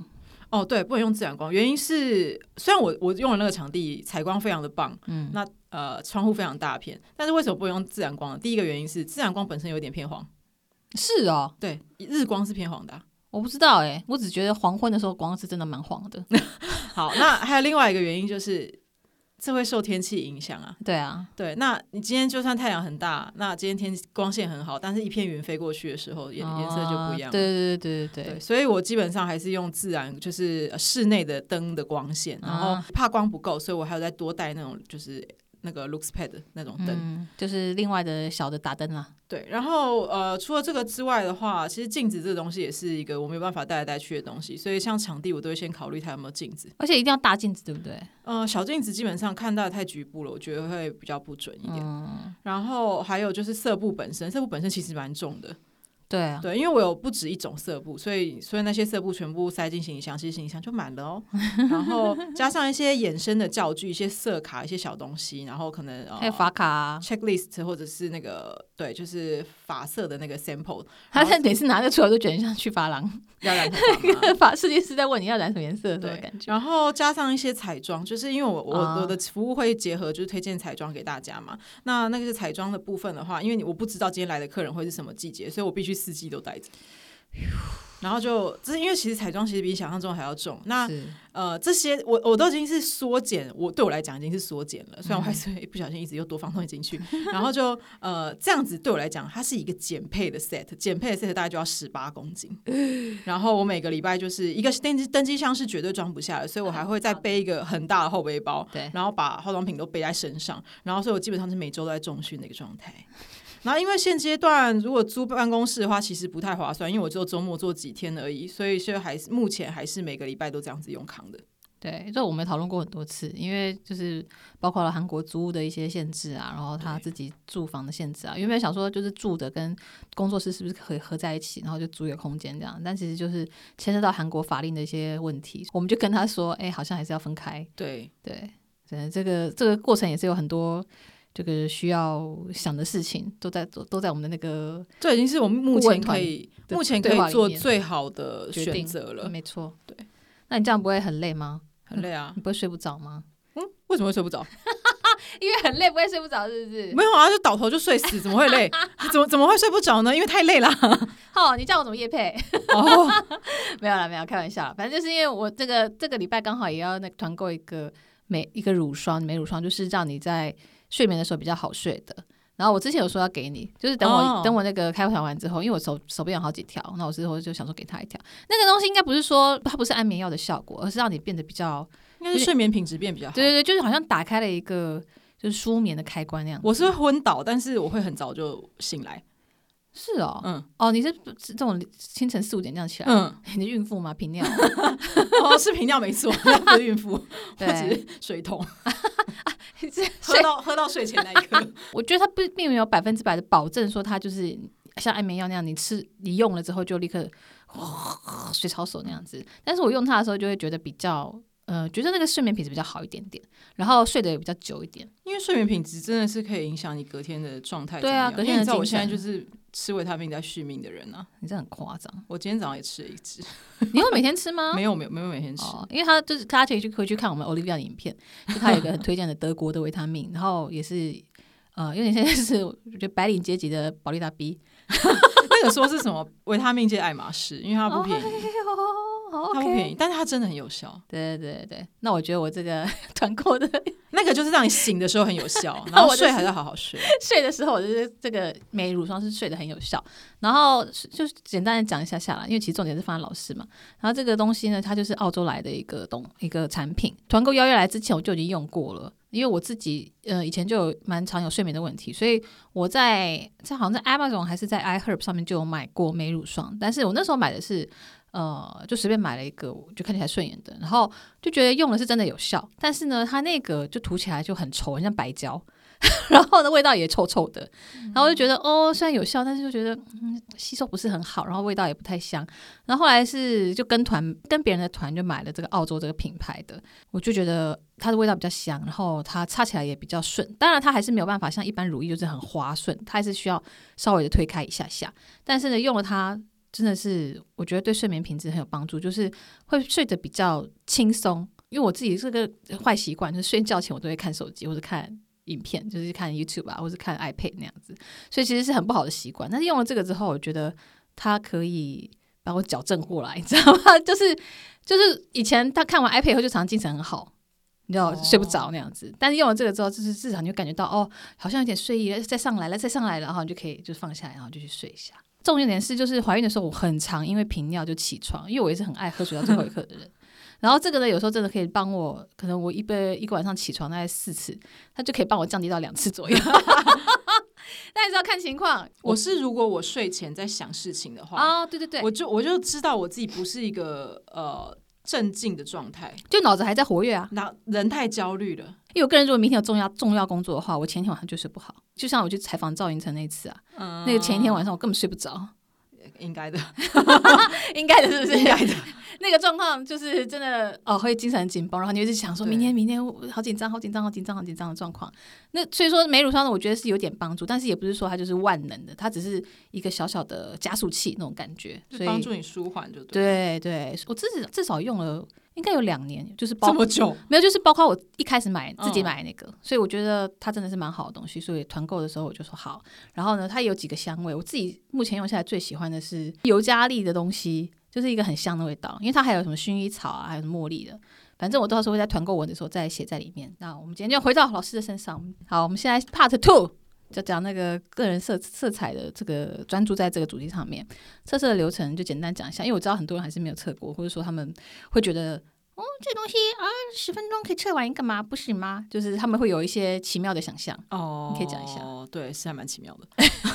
[SPEAKER 2] 哦，对，不能用自然光，原因是虽然我我用的那个场地采光非常的棒，
[SPEAKER 1] 嗯，
[SPEAKER 2] 那呃窗户非常大片，但是为什么不能用自然光呢？第一个原因是自然光本身有点偏黄，
[SPEAKER 1] 是哦，
[SPEAKER 2] 对，日光是偏黄的啊、
[SPEAKER 1] 我不知道哎、我只觉得黄昏的时候光是真的蛮黄的。 *laughs*
[SPEAKER 2] 好，那还有另外一个原因就是。这会受天气影响啊，
[SPEAKER 1] 对啊，
[SPEAKER 2] 对。那你今天就算太阳很大，那今天天气光线很好，但是一片云飞过去的时候，颜颜色就不一样了。
[SPEAKER 1] 啊对对对对
[SPEAKER 2] 对，
[SPEAKER 1] 对
[SPEAKER 2] 所以我基本上还是用自然，就是呃室内的灯的光线，然后
[SPEAKER 1] 啊
[SPEAKER 2] 怕光不够，所以我还有再多带那种就是那个 looks pad 的那种灯。
[SPEAKER 1] 嗯，就是另外的小的打灯啦。
[SPEAKER 2] 对，然后呃，除了这个之外的话，其实镜子这个东西也是一个我没有办法带来带去的东西，所以像场地我都会先考虑它有没有镜子。
[SPEAKER 1] 而且一定要大镜子，对不对？
[SPEAKER 2] 呃，小镜子基本上看到的太局部了，我觉得会比较不准一点。
[SPEAKER 1] 嗯，
[SPEAKER 2] 然后还有就是色布本身，色布本身其实蛮重的，
[SPEAKER 1] 对啊，
[SPEAKER 2] 对，因为我有不止一种色布，所以所以那些色布全部塞进行李箱，其实行李箱就满了哦。然后加上一些衍生的教具、一些色卡、一些小东西，然后可能呃
[SPEAKER 1] 还有法卡、啊，
[SPEAKER 2] checklist 或者是那个对，就是发色的那个 sample，
[SPEAKER 1] 他在每次拿着出来都觉得像去发廊，
[SPEAKER 2] 要染头发
[SPEAKER 1] *laughs*
[SPEAKER 2] 嘛
[SPEAKER 1] 发设计师在问你要染什么颜色的
[SPEAKER 2] 啊对
[SPEAKER 1] 感，觉。
[SPEAKER 2] 然后加上一些彩妆，就是因为我我
[SPEAKER 1] 啊
[SPEAKER 2] 我的服务会结合就是推荐彩妆给大家嘛。那那个是彩妆的部分的话，因为你我不知道今天来的客人会是什么季节，所以我必须四季都带着。然后就，这是因为其实彩妆其实比想象中还要重。那
[SPEAKER 1] 是
[SPEAKER 2] 呃，这些我我都已经是缩减，我对我来讲已经是缩减了。虽然我还是会不小心一直又多放东西进去，然后就呃这样子对我来讲，它是一个减配的 set，减配的 set 大概就要十八公斤。然后我每个礼拜就是一个登机登机箱是绝对装不下的，所以我还会再背一个很大的后背包，
[SPEAKER 1] 对
[SPEAKER 2] 然后把化妆品都背在身上，然后所以我基本上是每周都在重训的一个状态。然后因为现阶段如果租办公室的话，其实不太划算，因为我只有周末做几天而已，所以就还是目前还是每个礼拜都这样子用扛的。
[SPEAKER 1] 对，这我们也讨论过很多次，因为就是包括了韩国租屋的一些限制啊，然后他自己住房的限制啊，原本想说就是住的跟工作室是不是可以合在一起，然后就租一个空间这样，但其实就是牵涉到韩国法令的一些问题，我们就跟他说，哎，好像还是要分开。
[SPEAKER 2] 对，
[SPEAKER 1] 对，真的这个这个过程也是有很多这个需要想的事情，都在都都在我们的那个
[SPEAKER 2] 这已经是我们目
[SPEAKER 1] 顾问
[SPEAKER 2] 前可以
[SPEAKER 1] 团的
[SPEAKER 2] 目前可
[SPEAKER 1] 对话
[SPEAKER 2] 以
[SPEAKER 1] 里
[SPEAKER 2] 做
[SPEAKER 1] 面
[SPEAKER 2] 最好的
[SPEAKER 1] 决定
[SPEAKER 2] 选择了。
[SPEAKER 1] 嗯没错，
[SPEAKER 2] 对。
[SPEAKER 1] 那你这样不会很累吗？
[SPEAKER 2] 很累啊。
[SPEAKER 1] 你不会睡不着吗？
[SPEAKER 2] 嗯，为什么会睡不着？
[SPEAKER 1] 因为很累不会睡不着，是不是？
[SPEAKER 2] 没有啊，就倒头就睡死，怎么会累？ *laughs* 怎么怎么会睡不着呢？因为太累了。
[SPEAKER 1] 哦，你叫我怎么夜配？
[SPEAKER 2] 哦，
[SPEAKER 1] *laughs* 没有啦，没有，开玩笑啦。反正就是因为我这个这个礼拜刚好也要那个团购一个美一个乳霜，美乳霜就是让你在睡眠的时候比较好睡的。然后我之前有说要给你，就是等我、
[SPEAKER 2] 哦
[SPEAKER 1] 等我那个开团完之后，因为我手手边有好几条，那我之后就想说给他一条。那个东西应该不是说它不是安眠药的效果，而是让你变得比较，
[SPEAKER 2] 应该是睡眠品质变比较好。
[SPEAKER 1] 对对对，就是好像打开了一个就是舒眠的开关那样。
[SPEAKER 2] 我是会昏倒，但是我会很早就醒来。
[SPEAKER 1] 是哦，啊
[SPEAKER 2] 嗯
[SPEAKER 1] 哦，你是这种清晨四五点这样起来，
[SPEAKER 2] 嗯，
[SPEAKER 1] 你是孕妇吗？频尿？
[SPEAKER 2] 哦， *laughs* 是频尿没错，不是孕妇， *laughs* 我
[SPEAKER 1] *laughs* 对
[SPEAKER 2] 只是水
[SPEAKER 1] *laughs*
[SPEAKER 2] 桶，
[SPEAKER 1] 这 *laughs*
[SPEAKER 2] 喝到喝到睡前那一刻。 *laughs*
[SPEAKER 1] 我觉得它不并没有百分之百的保证说它就是像安眠药那样，你吃你用了之后就立刻哦水草手那样子。但是我用它的时候就会觉得比较呃，觉得那个睡眠品质比较好一点点，然后睡得也比较久一点。
[SPEAKER 2] 因为睡眠品质真的是可以影响你隔天的状态怎
[SPEAKER 1] 对
[SPEAKER 2] 么
[SPEAKER 1] 啊
[SPEAKER 2] 样。
[SPEAKER 1] 隔天的
[SPEAKER 2] 因为你知道我
[SPEAKER 1] 精
[SPEAKER 2] 现
[SPEAKER 1] 神
[SPEAKER 2] 在就是吃维他命在续命的人啊，
[SPEAKER 1] 你这很夸
[SPEAKER 2] *laughs*
[SPEAKER 1] 张，
[SPEAKER 2] 我今天早上也吃了一支，
[SPEAKER 1] 你有每天吃吗？
[SPEAKER 2] 没有没有没有每天吃。
[SPEAKER 1] 啊哦，因为他就是大家可以去回去看我们 Olivia 的影片，就他有一个很推荐的德国的维他命，然后也是呃有点像是我觉得白领阶级的保利达 B，
[SPEAKER 2] 那个说是什么维他命界爱马仕，因为它不便宜，
[SPEAKER 1] 哦
[SPEAKER 2] 它不便
[SPEAKER 1] ，OK，
[SPEAKER 2] 宜，但是它真的很有效。
[SPEAKER 1] 对对对对，那我觉得我这个 *laughs* 团购的
[SPEAKER 2] 那个就是让你醒的时候很有效，
[SPEAKER 1] *laughs* 那
[SPEAKER 2] 然后
[SPEAKER 1] 我就
[SPEAKER 2] 睡
[SPEAKER 1] 是
[SPEAKER 2] 还是好
[SPEAKER 1] *laughs*
[SPEAKER 2] 好睡。
[SPEAKER 1] 睡的时候，我就是这个美乳霜是睡得很有效。然后是就是简单的讲一下下啦，因为其实重点是放在老师嘛。然后这个东西呢，它就是澳洲来的一个东一个产品。团购邀约来之前，我就已经用过了，因为我自己呃以前就有蛮常有睡眠的问题，所以我在在好像在 Amazon 还是在 iHerb 上面就有买过美乳霜，但是我那时候买的是。呃，就随便买了一个，我就看起来顺眼的，然后就觉得用了是真的有效，但是呢，它那个就涂起来就很稠，很像白胶，然后呢，味道也臭臭的，然后我就觉得哦，虽然有效，但是就觉得嗯，吸收不是很好，然后味道也不太香。然后后来是就跟团跟别人的团就买了这个澳洲这个品牌的，我就觉得它的味道比较香，然后它擦起来也比较顺。当然，它还是没有办法像一般乳液就是很滑顺，它还是需要稍微的推开一下下。但是呢，用了它。真的是，我觉得对睡眠品质很有帮助，就是会睡得比较轻松。因为我自己是个坏习惯，就是睡觉前我都会看手机或者看影片，就是看 YouTube 啊，或是看 iPad 那样子，所以其实是很不好的习惯。但是用了这个之后，我觉得它可以把我矫正过来，你知道吗？ *laughs* 就是就是以前他看完 iPad 以后就常常精神很好。你知道
[SPEAKER 2] 哦
[SPEAKER 1] 睡不着那样子，但是用了这个之后，就是至少你就感觉到哦，好像有点睡意了，再上来了，再上来了，然后你就可以就放下来，然后就去睡一下。重点是，就是怀孕的时候，我很常因为频尿就起床，因为我也是很爱喝水到最后一刻的人。然后这个呢，有时候真的可以帮我，可能我一杯一个晚上起床大概四次，它就可以帮我降低到两次左 *laughs* 右。但是要看情况。
[SPEAKER 2] 我是如果我睡前在想事情的话，
[SPEAKER 1] 啊、对对对，
[SPEAKER 2] 我就我就知道我自己不是一个呃镇静的状态，
[SPEAKER 1] 就脑子还在活跃啊。
[SPEAKER 2] 那人太焦虑了。
[SPEAKER 1] 因为我个人如果明天有重要重要工作的话，我前一天晚上就睡不好。就像我去采访赵云成那一次啊，
[SPEAKER 2] 嗯
[SPEAKER 1] 那个前一天晚上我根本睡不着，
[SPEAKER 2] 应该的，
[SPEAKER 1] *laughs* 应该的是不是？
[SPEAKER 2] 应该的。
[SPEAKER 1] 那个状况就是真的哦，会精神紧绷，然后你会一直想说
[SPEAKER 2] 对
[SPEAKER 1] 明天明天我好紧张，好紧张，好紧张，好紧张的状况。那所以说美乳霜呢，我觉得是有点帮助，但是也不是说它就是万能的，它只是一个小小的加速器那种感觉，
[SPEAKER 2] 就
[SPEAKER 1] 所
[SPEAKER 2] 帮
[SPEAKER 1] 以
[SPEAKER 2] 助你舒缓就对。
[SPEAKER 1] 对对，我至少至少用了应该有两年，就是包
[SPEAKER 2] 这么久，
[SPEAKER 1] 没有，就是包括我一开始买
[SPEAKER 2] 嗯
[SPEAKER 1] 自己买那个，所以我觉得它真的是蛮好的东西，所以团购的时候我就说好。然后呢，它有几个香味，我自己目前用下来最喜欢的是尤加利的东西，就是一个很香的味道，因为它还有什么薰衣草啊，还有茉莉的。反正我到时候会在团购文的时候再写在里面。那我们今天就回到老师的身上。好，我们现在 Part Two 就讲那个个人色色彩的这个专注在这个主题上面。测试的流程就简单讲一下，因为我知道很多人还是没有测过，或者说他们会觉得哦，这东西啊，十分钟可以测完，你干嘛不行吗？就是他们会有一些奇妙的想象。
[SPEAKER 2] 哦
[SPEAKER 1] *laughs* 你可以讲一下
[SPEAKER 2] 哦，对，是还蛮奇妙的。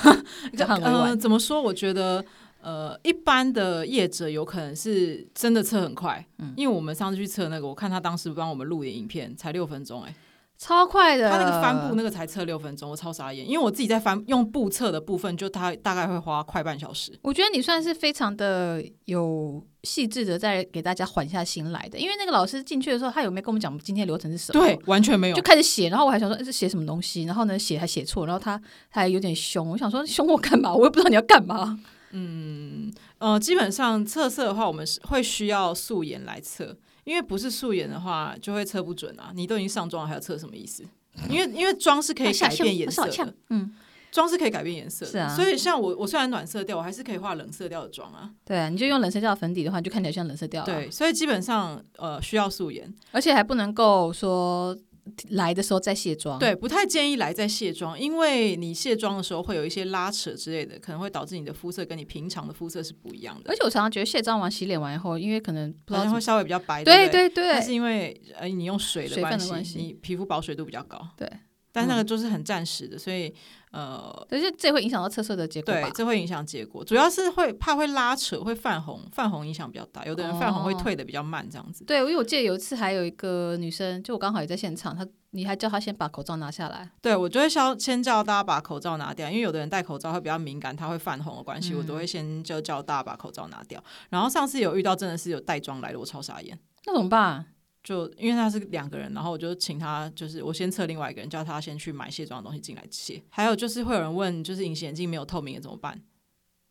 [SPEAKER 1] 这很委婉
[SPEAKER 2] 呃，怎么说？我觉得。呃，一般的业者有可能是真的测很快，
[SPEAKER 1] 嗯
[SPEAKER 2] 因为我们上次去测那个，我看他当时帮我们录的影片才六分钟、哎，
[SPEAKER 1] 超快的，
[SPEAKER 2] 他那个帆布那个才测六分钟，我超傻眼，因为我自己在帆用布测的部分，就他大概会花快半小时。
[SPEAKER 1] 我觉得你算是非常的有细致的，在给大家缓下心来的。因为那个老师进去的时候，他有没有跟我们讲我们今天的流程是什么？
[SPEAKER 2] 对，，完全没有
[SPEAKER 1] 就，开始写，然后我还想说诶这写什么东西，然后呢写还写错，然后他他还有点凶，我想说凶我干嘛？我也不知道你要干嘛。
[SPEAKER 2] 呃，基本上测色的话，我们是会需要素颜来测，因为不是素颜的话，就会测不准啊。你都已经上妆了，还要测什么意思？因为因为妆是可以改变颜色的，
[SPEAKER 1] 嗯，
[SPEAKER 2] 妆是可以改变颜色的。
[SPEAKER 1] 是啊
[SPEAKER 2] 所以像我，我虽然暖色调，我还是可以画冷色调的妆啊。
[SPEAKER 1] 对啊，你就用冷色调的粉底的话，你就看起来像冷色调、啊。，
[SPEAKER 2] 对，所以基本上呃需要素颜，
[SPEAKER 1] 而且还不能够说来的时候再卸妆。，
[SPEAKER 2] 对，不太建议来再卸妆，因为你卸妆的时候会有一些拉扯之类的，可能会导致你的肤色跟你平常的肤色是不一样的
[SPEAKER 1] 而，且我常常觉得卸妆完、洗脸完以后，因为可能不知
[SPEAKER 2] 好
[SPEAKER 1] 道怎
[SPEAKER 2] 像
[SPEAKER 1] 么
[SPEAKER 2] 会稍微比较白，
[SPEAKER 1] 对
[SPEAKER 2] 不
[SPEAKER 1] 对
[SPEAKER 2] 对
[SPEAKER 1] 对
[SPEAKER 2] 但是因为呃你用水的
[SPEAKER 1] 水分
[SPEAKER 2] 关
[SPEAKER 1] 的
[SPEAKER 2] 系，
[SPEAKER 1] 关系
[SPEAKER 2] 你皮肤保水度比较高，
[SPEAKER 1] 对，嗯
[SPEAKER 2] 但那个就是很暂时的，所以呃。
[SPEAKER 1] 可是这会影响到测试的结果
[SPEAKER 2] 对
[SPEAKER 1] 吧，？
[SPEAKER 2] 这会影响结果，主要是会怕会拉扯，会泛红，泛红影响比较大。有的人泛红会
[SPEAKER 1] 哦
[SPEAKER 2] 退的比较慢，这样子。
[SPEAKER 1] 对，因为我记得有一次还有一个女生，就我刚好也在现场，她你还叫她先把口罩拿下来，
[SPEAKER 2] 对，我就会先先叫大家把口罩拿掉，因为有的人戴口罩会比较敏感，它会泛红的关系，我
[SPEAKER 1] 嗯
[SPEAKER 2] 都会先就叫大家把口罩拿掉。然后上次有遇到真的是有带妆来的，我超傻眼。
[SPEAKER 1] 那怎么办？啊
[SPEAKER 2] 就因为他是两个人，然后我就请他，就是我先测另外一个人，叫他先去买卸妆的东西进来卸。还有就是会有人问，就是隐形眼镜没有透明的怎么办？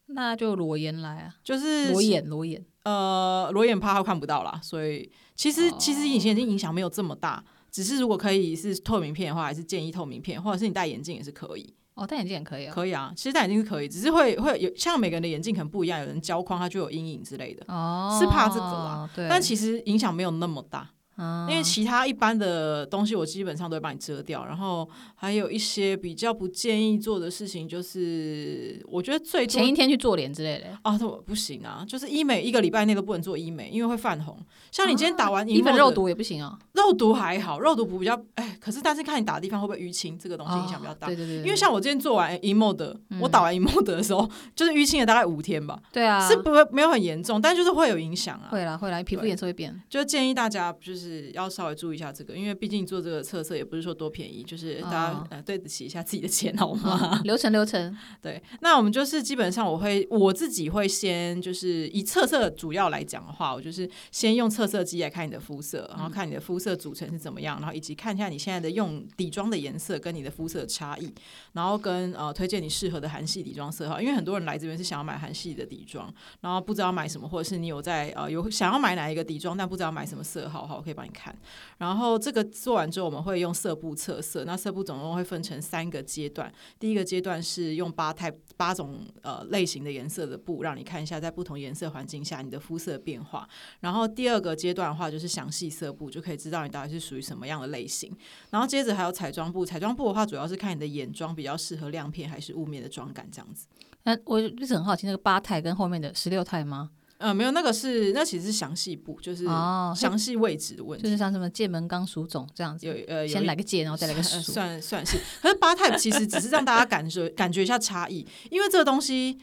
[SPEAKER 1] 那就裸眼来啊，
[SPEAKER 2] 就是
[SPEAKER 1] 裸眼裸眼，
[SPEAKER 2] 呃，裸眼怕他看不到啦，所以其实、
[SPEAKER 1] 哦
[SPEAKER 2] 其实隐形眼镜影响没有这么大，只是如果可以是透明片的话，还是建议透明片，或者是你戴眼镜也是可以。
[SPEAKER 1] 哦，戴眼镜也可以啊。
[SPEAKER 2] 可以啊，其实戴眼镜是可以，只是会会有像每个人的眼镜可能不一样，有人胶框它就有阴影之类的，
[SPEAKER 1] 哦，
[SPEAKER 2] 是怕这个啦，
[SPEAKER 1] 对，
[SPEAKER 2] 啊但其实影响没有那么大，
[SPEAKER 1] 嗯
[SPEAKER 2] 因为其他一般的东西我基本上都会帮你遮掉，然后还有一些比较不建议做的事情，就是我觉得最多
[SPEAKER 1] 前一天去做脸之类的，
[SPEAKER 2] 啊，我不行啊，就是医美一个礼拜内都不能做医美，因为会泛红。像你今天打完
[SPEAKER 1] 一
[SPEAKER 2] 荧幕
[SPEAKER 1] 本
[SPEAKER 2] 的
[SPEAKER 1] 啊肉毒也不行啊，
[SPEAKER 2] 肉毒还好，肉毒不比较哎，可是但是看你打的地方会不会淤青，这个东西影响比较大
[SPEAKER 1] 哦。对对对，对
[SPEAKER 2] 因为像我之前做完 emo 的，我打完 emo 的的时候，就是淤青了大概五天吧，
[SPEAKER 1] 对啊，
[SPEAKER 2] 是不会没有很严重，但就是会有影响啊。
[SPEAKER 1] 会啦会啦，皮肤
[SPEAKER 2] 对
[SPEAKER 1] 颜色会
[SPEAKER 2] *laughs*
[SPEAKER 1] 变。
[SPEAKER 2] 就建议大家就是要稍微注意一下这个，因为毕竟做这个测测也不是说多便宜，就是大家、
[SPEAKER 1] 哦
[SPEAKER 2] 呃对得起一下自己的钱好吗？
[SPEAKER 1] 啊流程流程，
[SPEAKER 2] 对，那我们就是基本上我会我自己会先就是以测测主要来讲的话，我就是先用测测机来看你的肤色，然后看你的肤色组成是怎么样，然后以及看一下你现在的用底妆的颜色跟你的肤色的差异，然后跟呃推荐你适合的韩系底妆色号，因为很多人来这边是想要买韩系的底妆，然后不知道买什么，或者是你有在呃有想要买哪一个底妆，但不知道买什么色号，哈，我可以帮你看。然后这个做完之后，我们会用色布测色，那色布总共会分成三个阶段，第一个阶段是用八态八种呃类型的颜色的布，让你看一下在不同颜色环境下你的肤色变化。然后第二个阶段的话就是详细色布，就可以知道你到底是属于什么样的类型。然后接着还有彩妆布，彩妆布的话主要是看你的眼妆比较适合亮片还是雾面的妆感这样子。
[SPEAKER 1] 那我就是很好奇，那个八态跟后面的十六态吗？
[SPEAKER 2] 呃，没有，那个是那其实是详细布，就是
[SPEAKER 1] 哦，所
[SPEAKER 2] 详细位置的问
[SPEAKER 1] 以
[SPEAKER 2] 题。
[SPEAKER 1] 就是像什么界门纲属种这样
[SPEAKER 2] 有
[SPEAKER 1] 子，
[SPEAKER 2] 呃有
[SPEAKER 1] 先
[SPEAKER 2] 一
[SPEAKER 1] 来个界，然后再
[SPEAKER 2] *laughs*
[SPEAKER 1] 来个
[SPEAKER 2] 呃
[SPEAKER 1] 属。
[SPEAKER 2] 算算是，可是八 type 其实只是让大家感觉感觉一下差异，因为这个东西，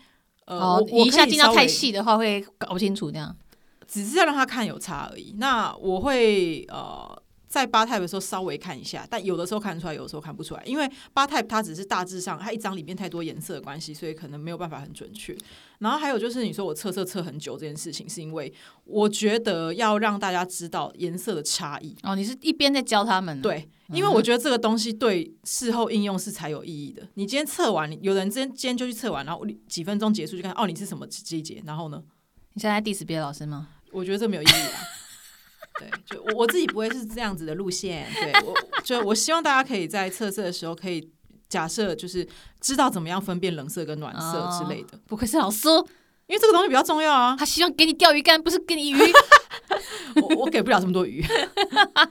[SPEAKER 2] 呃，
[SPEAKER 1] 哦，
[SPEAKER 2] 我我
[SPEAKER 1] 一下
[SPEAKER 2] 可以
[SPEAKER 1] 进
[SPEAKER 2] 稍
[SPEAKER 1] 到
[SPEAKER 2] 微
[SPEAKER 1] 太，细的话会搞不清楚那样。
[SPEAKER 2] 只是要让他看有差而已。那我会呃。在八 type 的时候稍微看一下，但有的时候看得出来，有的时候看不出来，因为八 type 它只是大致上，它一张里面太多颜色的关系，所以可能没有办法很准确。然后还有就是你说我测色测很久这件事情，是因为我觉得要让大家知道颜色的差异，
[SPEAKER 1] 哦，你是一边在教他们啊呢，
[SPEAKER 2] 对，因为我觉得这个东西对事后应用是才有意义的。你今天测完，有人今天今天就去测完，然后几分钟结束就看，哦，你是什么季节？然后呢，
[SPEAKER 1] 你现在在 diss 别的老师吗？
[SPEAKER 2] 我觉得这没有意义啊。对，就我我自己不会是这样子的路线。对我，就我希望大家可以在测试的时候可以。假设就是知道怎么样分辨冷色跟暖色之类的，
[SPEAKER 1] 哦不愧是老师，
[SPEAKER 2] 因为这个东西比较重要啊。
[SPEAKER 1] 他希望给你钓鱼竿，不是给你鱼。 *laughs*
[SPEAKER 2] 我我给不了这么多鱼， *laughs*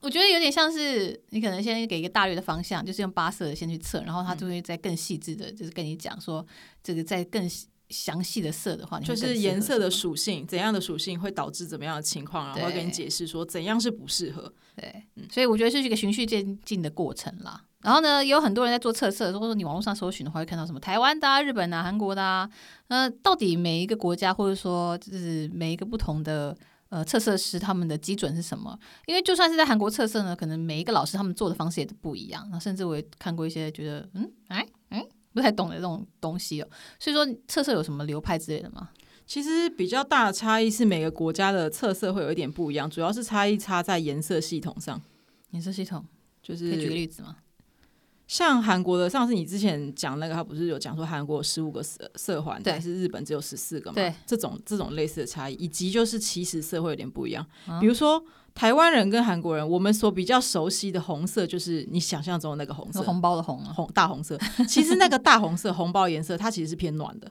[SPEAKER 1] 我觉得有点像是你可能先给一个大略的方向，就是用八色的先去测，然后
[SPEAKER 2] 嗯
[SPEAKER 1] 他就会再更细致的，就是跟你讲说这个再更细详细的色的话，你会更
[SPEAKER 2] 就
[SPEAKER 1] 适合
[SPEAKER 2] 是颜色的
[SPEAKER 1] 什
[SPEAKER 2] 属性，怎样的属性会导致怎么样的情况，然后会跟你解释说怎样是不适合。
[SPEAKER 1] 么对，
[SPEAKER 2] 嗯
[SPEAKER 1] 所以我觉得是一个循序渐进的过程啦。然后呢，也有很多人在做测色，如果说你网络上搜寻的话，会看到什么台湾的、啊、日本的、啊、韩国的啊，那到底每一个国家或者说就是每一个不同的呃测色师他们的基准是什么？因为就算是在韩国测色呢，可能每一个老师他们做的方式也都不一样。那甚至我也看过一些觉得嗯哎嗯不太懂的这种东西哦。所以说测色有什么流派之类的吗？
[SPEAKER 2] 其实比较大的差异是每个国家的测色会有一点不一样，主要是差异差在颜色系统上，
[SPEAKER 1] 颜色系统
[SPEAKER 2] 就
[SPEAKER 1] 可以举个
[SPEAKER 2] 是
[SPEAKER 1] 例子吗？
[SPEAKER 2] 像韩国的，上次你之前讲那个，他不是有讲说韩国十五个色色环，
[SPEAKER 1] 对
[SPEAKER 2] 但是日本只有十四个嘛？
[SPEAKER 1] 对，
[SPEAKER 2] 这种这种类似的差异，以及就是其实色会有点不一样。
[SPEAKER 1] 啊
[SPEAKER 2] 比如说台湾人跟韩国人，我们所比较熟悉的红色，就是你想象中的那个红色，
[SPEAKER 1] 有红包的红啊。
[SPEAKER 2] 红大红色。其实那个大红色红包颜色，它其实是偏暖的，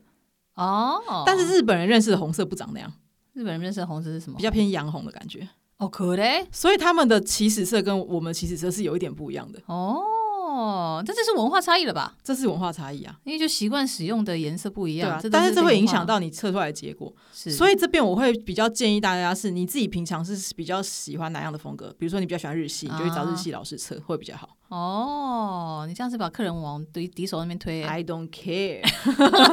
[SPEAKER 1] 哦，
[SPEAKER 2] 但是日本人认识的红色不长那样，
[SPEAKER 1] 日本人认识的红色是什么
[SPEAKER 2] 比？较偏洋红的感觉。
[SPEAKER 1] 哦，可嘞，
[SPEAKER 2] 所以他们的起始色跟我们起始色是有一点不一样的，
[SPEAKER 1] 哦，这就是文化差异了吧？
[SPEAKER 2] 这是文化差异啊。
[SPEAKER 1] 因为就习惯使用的颜色不一
[SPEAKER 2] 对
[SPEAKER 1] 样，
[SPEAKER 2] 啊
[SPEAKER 1] 这，都
[SPEAKER 2] 但
[SPEAKER 1] 是
[SPEAKER 2] 是这会
[SPEAKER 1] 文
[SPEAKER 2] 影
[SPEAKER 1] 化
[SPEAKER 2] 响，到你测出来的结果。
[SPEAKER 1] 是
[SPEAKER 2] 所以这边我会比较建议大家是，你自己平常是比较喜欢哪样的风格？比如说你比较喜欢日系，你就去找日
[SPEAKER 1] 啊
[SPEAKER 2] 系老师测会比较好。
[SPEAKER 1] 哦，你这样是把客人往敌敌手那边推、
[SPEAKER 2] I don't care，
[SPEAKER 1] *laughs*
[SPEAKER 2] *laughs*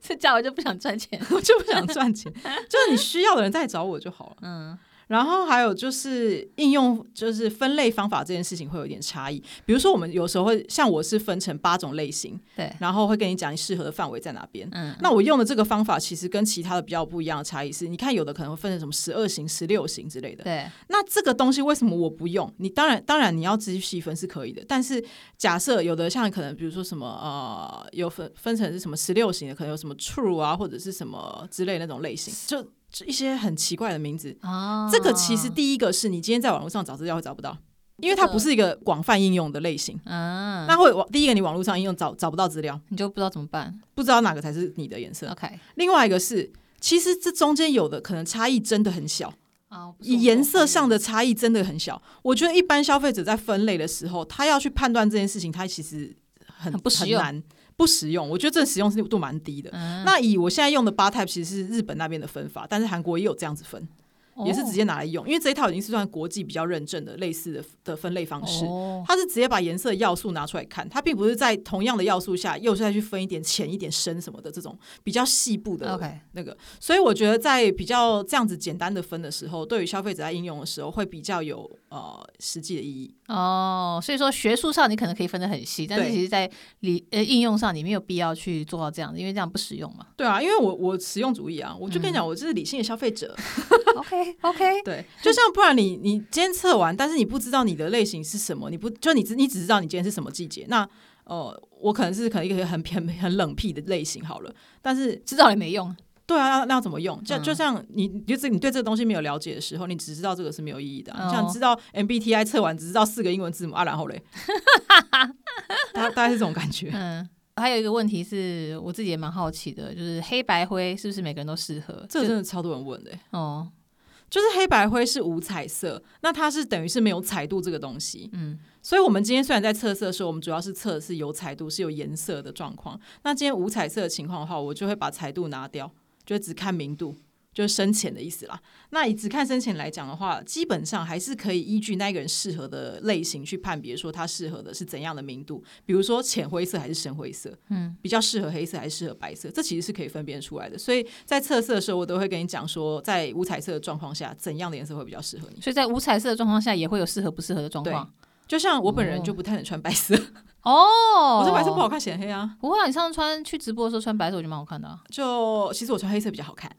[SPEAKER 1] 这家伙就不想赚钱。
[SPEAKER 2] 我就不想赚钱，就是你需要的人再找我就好了。
[SPEAKER 1] 嗯，
[SPEAKER 2] 然后还有就是应用，就是分类方法这件事情会有点差异。比如说我们有时候会像我是分成八种类型，
[SPEAKER 1] 对，
[SPEAKER 2] 然后会跟你讲你适合的范围在哪边。
[SPEAKER 1] 嗯，
[SPEAKER 2] 那我用的这个方法其实跟其他的比较不一样的差异是，你看有的可能会分成什么十二型、十六型之类的。
[SPEAKER 1] 对，
[SPEAKER 2] 那这个东西为什么我不用？你当然，当然你要自己细分是可以的，但是假设有的像可能比如说什么呃，有分分成是什么十六型的，可能有什么 true 啊，或者是什么之类那种类型，就就一些很奇怪的名字。
[SPEAKER 1] 哦，
[SPEAKER 2] 这个其实，第一个是你今天在网络上找资料会找不到，因为它不是一个广泛应用的类型。
[SPEAKER 1] 嗯，
[SPEAKER 2] 那会网第一个你网络上应用找找不到资料，
[SPEAKER 1] 你就不知道怎么办。
[SPEAKER 2] 不知道哪个才是你的颜色。
[SPEAKER 1] OK，
[SPEAKER 2] 另外一个是，其实这中间有的可能差异真的很小。
[SPEAKER 1] 啊，不是我
[SPEAKER 2] 以颜色
[SPEAKER 1] 懂
[SPEAKER 2] 上的差异真的很小。我觉得一般消费者在分类的时候，他要去判断这件事情，他其实很
[SPEAKER 1] 很不实用
[SPEAKER 2] 很难不实用。我觉得这个实用度蛮低的。
[SPEAKER 1] 嗯
[SPEAKER 2] 那以我现在用的八 type 其实是日本那边的分法，但是韩国也有这样子分，也
[SPEAKER 1] 哦
[SPEAKER 2] 是直接拿来用，因为这一套已经是算国际比较认证的类似的的分类方式。
[SPEAKER 1] 哦，
[SPEAKER 2] 它是直接把颜色要素拿出来看，它并不是在同样的要素下又再去分一点浅一点深什么的这种比较细部的
[SPEAKER 1] OK
[SPEAKER 2] 那个。所以我觉得在比较这样子简单的分的时候，对于消费者在应用的时候会比较有呃实际的意义。
[SPEAKER 1] 哦，所以说学术上你可能可以分得很细，但是
[SPEAKER 2] 对
[SPEAKER 1] 其实在理呃应用上你没有必要去做到这样，因为这样不实用嘛。
[SPEAKER 2] 对啊，因为我我实用主义啊，我就跟你讲，我就是理性的消费者。
[SPEAKER 1] OK OK，
[SPEAKER 2] *laughs* 对，就像不然你你今天测完，但是你不知道你的类型是什么，你不就你只你只知道你今天是什么季节，那呃。我可能是可能一个很很很冷僻的类型好了，但是
[SPEAKER 1] 知道也没用。
[SPEAKER 2] 对啊，那那要怎么用？就
[SPEAKER 1] 嗯
[SPEAKER 2] 就像你，你就是你对这个东西没有了解的时候，你只知道这个是没有意义的啊、
[SPEAKER 1] 哦
[SPEAKER 2] 像你知道 MBTI 测完只知道四个英文字母啊，然后
[SPEAKER 1] *laughs*
[SPEAKER 2] 嘞，大大概是这种感觉。
[SPEAKER 1] 嗯，还有一个问题是我自己也蛮好奇的，就是黑白灰是不是每个人都适合？
[SPEAKER 2] *laughs* 这个
[SPEAKER 1] 就
[SPEAKER 2] 真的超多人问的欸、
[SPEAKER 1] 哦，
[SPEAKER 2] 就是黑白灰是无彩色，那它是等于是没有彩度这个东西。
[SPEAKER 1] 嗯，
[SPEAKER 2] 所以我们今天虽然在测色的时候，我们主要是测的是有彩度、是有颜色的状况。那今天无彩色的情况的话，我就会把彩度拿掉，就只看明度，就是深浅的意思啦。那以只看深浅来讲的话，基本上还是可以依据那一个人适合的类型去判别说他适合的是怎样的明度，比如说浅灰色还是深灰色，
[SPEAKER 1] 嗯，
[SPEAKER 2] 比较适合黑色还是适合白色，这其实是可以分辨出来的。所以在测色的时候，我都会跟你讲说，在无彩色的状况下，怎样的颜色会比较适合你。
[SPEAKER 1] 所以在无彩色的状况下也会有适合不适合的状
[SPEAKER 2] 对
[SPEAKER 1] 况。
[SPEAKER 2] 就像我本人就不太能穿白色，
[SPEAKER 1] 哦，
[SPEAKER 2] 我说白色不好看显黑啊。
[SPEAKER 1] 不会啊，你上次穿去直播的时候穿白色，我觉得蛮好看
[SPEAKER 2] *laughs*
[SPEAKER 1] 的、啊。
[SPEAKER 2] 就其实我穿黑色比较好看，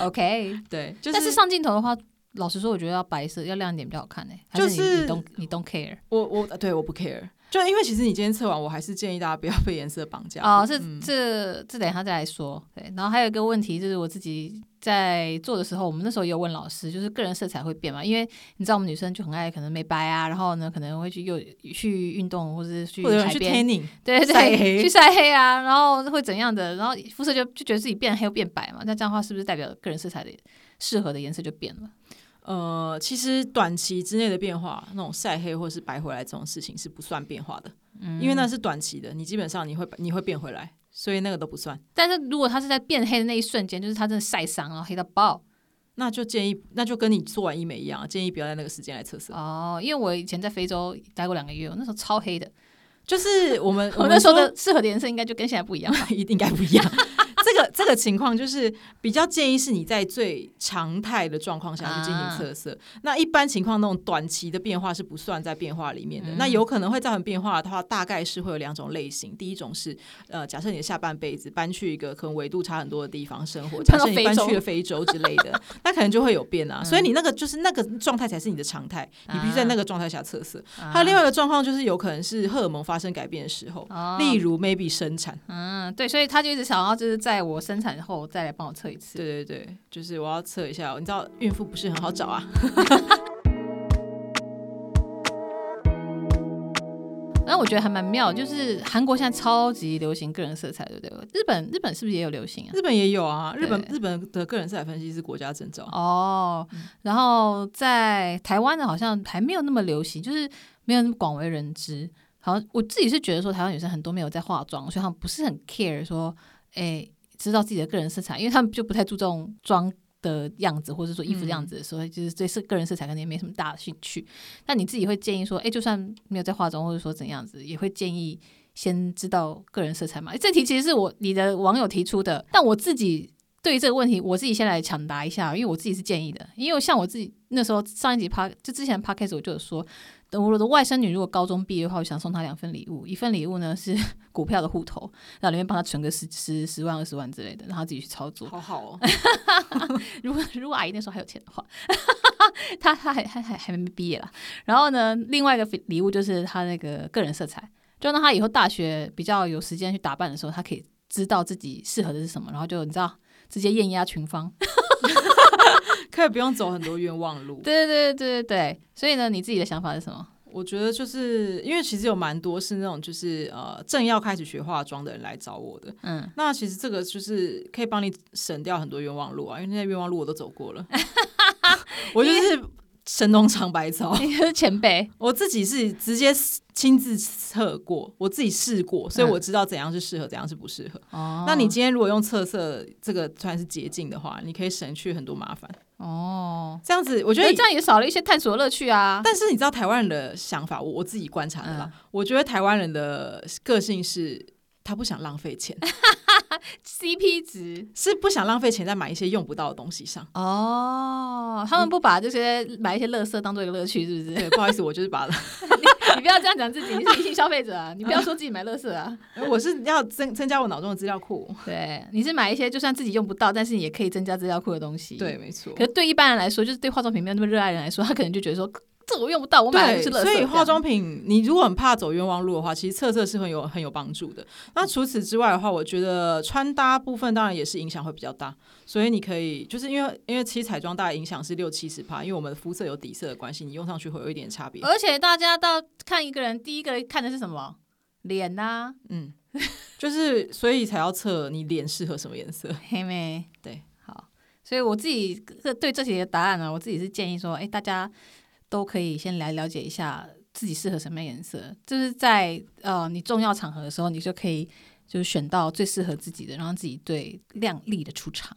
[SPEAKER 1] OK，、
[SPEAKER 2] 对，就
[SPEAKER 1] 但是
[SPEAKER 2] 是
[SPEAKER 1] 上镜头的话，老实说，我觉得要白色要亮一点比较好看呢、还你、
[SPEAKER 2] 就是
[SPEAKER 1] 你懂你懂 care
[SPEAKER 2] 我我呃对我不 care，就因为其实你今天测完，我还是建议大家不要被颜色绑架
[SPEAKER 1] 啊、这这这等一下再来说。对，然后还有一个问题就是我自己在做的时候，我们那时候也有问老师，就是个人色彩会变嘛？因为你知道我们女生就很爱可能美白啊，然后呢可能会去又去运动或者是去
[SPEAKER 2] 或者有人
[SPEAKER 1] 海
[SPEAKER 2] 去
[SPEAKER 1] 边，
[SPEAKER 2] tanning，
[SPEAKER 1] 对对
[SPEAKER 2] 晒
[SPEAKER 1] 对，
[SPEAKER 2] 黑
[SPEAKER 1] 去晒黑啊，然后会怎样的？然后肤色就就觉得自己变黑又变白嘛，那这样的话是不是代表个人色彩的适合的颜色就变了？
[SPEAKER 2] 呃，其实短期之内的变化，那种晒黑或是白回来这种事情是不算变化的，
[SPEAKER 1] 嗯
[SPEAKER 2] 因为那是短期的，你基本上你会你会变回来，所以那个都不算。
[SPEAKER 1] 但是如果他是在变黑的那一瞬间，就是他真的晒伤，然后黑到爆
[SPEAKER 2] 那就建议，那就跟你做完医美一样，建议不要在那个时间来测色。
[SPEAKER 1] 哦。因为我以前在非洲待过两个月，我那时候超黑的，
[SPEAKER 2] 就是我们
[SPEAKER 1] 我
[SPEAKER 2] 们
[SPEAKER 1] *laughs* 那时候
[SPEAKER 2] 说 *laughs*
[SPEAKER 1] 的适合的颜色应该就跟现在不一样。 *laughs*
[SPEAKER 2] 一定应该不一样。这个这个情况就是比较建议是你在最常态的状况下去进行测
[SPEAKER 1] 啊
[SPEAKER 2] 色。那一般情况那种短期的变化是不算在变化里面的。
[SPEAKER 1] 嗯
[SPEAKER 2] 那有可能会造成变化的话，大概是会有两种类型。第一种是
[SPEAKER 1] 嗯
[SPEAKER 2] 呃，假设你的下半辈子搬去一个可能纬度差很多的地方生活，假
[SPEAKER 1] 搬到
[SPEAKER 2] 设你
[SPEAKER 1] 非
[SPEAKER 2] 搬
[SPEAKER 1] 洲嗯
[SPEAKER 2] 去了非洲之类
[SPEAKER 1] *laughs*
[SPEAKER 2] 的，那可能就会有变啊。所以你那个就是那个状态才是你的常态，
[SPEAKER 1] 啊
[SPEAKER 2] 你必须在那个状态下测色。还有另外一个状况就是，有可能是荷尔蒙发生改变的时候，
[SPEAKER 1] 哦
[SPEAKER 2] 例如 maybe 生产。
[SPEAKER 1] 嗯，对，所以他就一直想要，就是在我生产后再来帮我测一次。
[SPEAKER 2] 对对对，就是我要测一下，你知道孕妇不是很好找啊。 *laughs*
[SPEAKER 1] 但我觉得还蛮妙，就是韩国现在超级流行个人色彩，对不对？日本日本是不是也有流行啊？
[SPEAKER 2] 日本也有啊，日本
[SPEAKER 1] 对
[SPEAKER 2] 日本的个人色彩分析是国家证照。
[SPEAKER 1] 哦，然后在台湾呢，好像还没有那么流行，就是没有那么广为人知。好像我自己是觉得说，台湾女生很多没有在化妆，所以她们不是很 care 说，哎，知道自己的个人色彩，因为她们就不太注重妆的样子，或者说衣服的样子的时候，就是对是个人色彩可能也没什么大的兴趣。那你自己会建议说，哎，就算没有在化妆，或者说怎样子，也会建议。先知道个人色彩嘛？诶这题其实是我你的网友提出的，但我自己对于这个问题，我自己先来抢答一下，因为我自己是建议的，因为像我自己那时候上一集 p 就之前 p 开始我就有说，等我的外甥女如果高中毕业的话，我想送她两份礼物，一份礼物呢是 *laughs* 股票的户头，然后里面帮她存个十十十万二十万之类的，让她自己去操作。
[SPEAKER 2] 好好哦，
[SPEAKER 1] 如果 *laughs* 如果阿姨那时候还有钱的话， *laughs* 她她还还还还没毕业啦。然后呢，另外一个礼物就是她那个个人色彩，就让她以后大学比较有时间去打扮的时候，她可以知道自己适合的是什么，然后就你知道直接艳压群芳。
[SPEAKER 2] *laughs*
[SPEAKER 1] *laughs*
[SPEAKER 2] 可以不用走很多冤枉路。 *laughs*
[SPEAKER 1] 对对对对对对，所以呢，你自己的想法是什么？
[SPEAKER 2] 我觉得就是因为其实有蛮多是那种就是呃正要开始学化妆的人来找我的，
[SPEAKER 1] 嗯， *laughs*
[SPEAKER 2] 那其实这个就是可以帮你省掉很多冤枉路啊，因为那些冤枉路我都走过了，我就是神农尝百草。
[SPEAKER 1] 你是前辈，
[SPEAKER 2] 我自己是直接亲自测过，我自己试过，所以
[SPEAKER 1] 嗯
[SPEAKER 2] 我知道怎样是适合，怎样是不适合。
[SPEAKER 1] 哦
[SPEAKER 2] 那你今天如果用测色这个算是捷径的话，你可以省去很多麻烦。
[SPEAKER 1] 哦，
[SPEAKER 2] 这样子，我
[SPEAKER 1] 我
[SPEAKER 2] 觉得
[SPEAKER 1] 这样也少了一些探索乐趣啊。
[SPEAKER 2] 但是你知道台湾人的想
[SPEAKER 1] 嗯
[SPEAKER 2] 法，我我自己观察的啦，我觉得台湾人的个性是。他不想浪
[SPEAKER 1] *laughs*
[SPEAKER 2] 费钱，
[SPEAKER 1] CP 值
[SPEAKER 2] 是不想浪费钱在买一些用不到的东西上。
[SPEAKER 1] 哦，他们不把这些买一些乐色当做一个乐趣，是不是？
[SPEAKER 2] 对，不好意思，我就是
[SPEAKER 1] *laughs*
[SPEAKER 2] 把，
[SPEAKER 1] 你不要这样讲自己，你是理性消费者 *laughs* 啊，你不要说自己买乐色啊。
[SPEAKER 2] *laughs* 我是要增增加我脑中的资料库。
[SPEAKER 1] *laughs* 对，你是买一些就算自己用不到，但是你也可以增加资料库的东西。
[SPEAKER 2] 对，，没错。
[SPEAKER 1] 可是对一般人来说，就是对化妆品没有那么热爱的人来说，他可能就觉得说这我用不到，我买
[SPEAKER 2] 对，
[SPEAKER 1] 的是乐色。
[SPEAKER 2] 所以化妆品，你如果很怕走冤枉路的话，其实测色是很有很有帮助的。
[SPEAKER 1] 嗯
[SPEAKER 2] 那除此之外的话，我觉得穿搭部分当然也是影响会比较大，所以你可以就是因为因为其实彩妆大概影响是六七十趴，因为我们的肤色有底色的关系，你用上去会有一点差别。
[SPEAKER 1] 而且大家到看一个人，第一个看的是什么？脸啊呐、
[SPEAKER 2] 嗯，就是所以才要测你脸适合什么颜色。
[SPEAKER 1] *laughs* 黑妹。
[SPEAKER 2] 对，
[SPEAKER 1] 好。所以我自己个对这题的答案呢，我自己是建议说，哎，大家都可以先来了解一下自己适合什么颜色，就是在呃你重要场合的时候，你就可以就是选到最适合自己的，然后自己对靓丽的出场。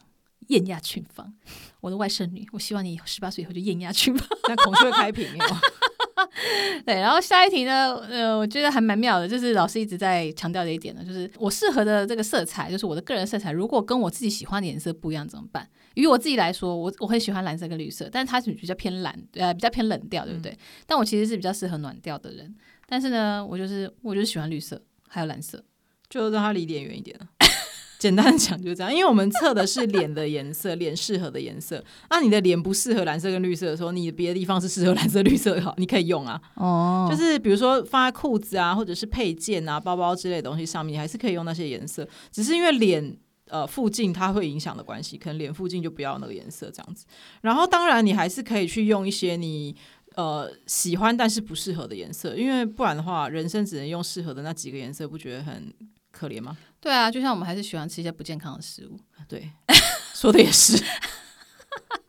[SPEAKER 1] 艳压群芳， *laughs* 我的外甥女，我希望你十八岁以后就艳压群芳。
[SPEAKER 2] 那孔雀开屏 *laughs* 哦，
[SPEAKER 1] *laughs* 对，然后下一题呢，呃，我觉得还蛮妙的，就是老师一直在强调的一点呢，就是我适合的这个色彩，就是我的个人色彩，如果跟我自己喜欢的颜色不一样怎么办？于我自己来说，我我很喜欢蓝色跟绿色，但是它是比较偏蓝，呃，比较偏冷调，对不对？但我其实是比较适合暖调的人，但是呢，我就是我就是喜欢绿色还有蓝色，
[SPEAKER 2] 就让它离脸远一点。 *laughs* 简单的讲就是这样，因为我们测的是脸的颜色，脸适合的颜色。那你的脸不适合蓝色跟绿色的时候，你别的地方是适合蓝色、绿色的话，你可以用啊。
[SPEAKER 1] 哦
[SPEAKER 2] 就
[SPEAKER 1] 就是
[SPEAKER 2] 是比如说放在裤子啊，或者是配件啊、包包之类的东西上面，你还是可以用那些颜色，只是因为脸。呃，附近它会影响的关系，可能脸附近就不要那个颜色这样子。然后当然你还是可以去用一些你呃喜欢但是不适合的颜色，因为不然的话，人生只能用适合的那几个颜色，不觉得很可怜吗？
[SPEAKER 1] 对啊，就像我们还是喜欢吃一些不健康的食物，
[SPEAKER 2] *laughs* 对，说的也是。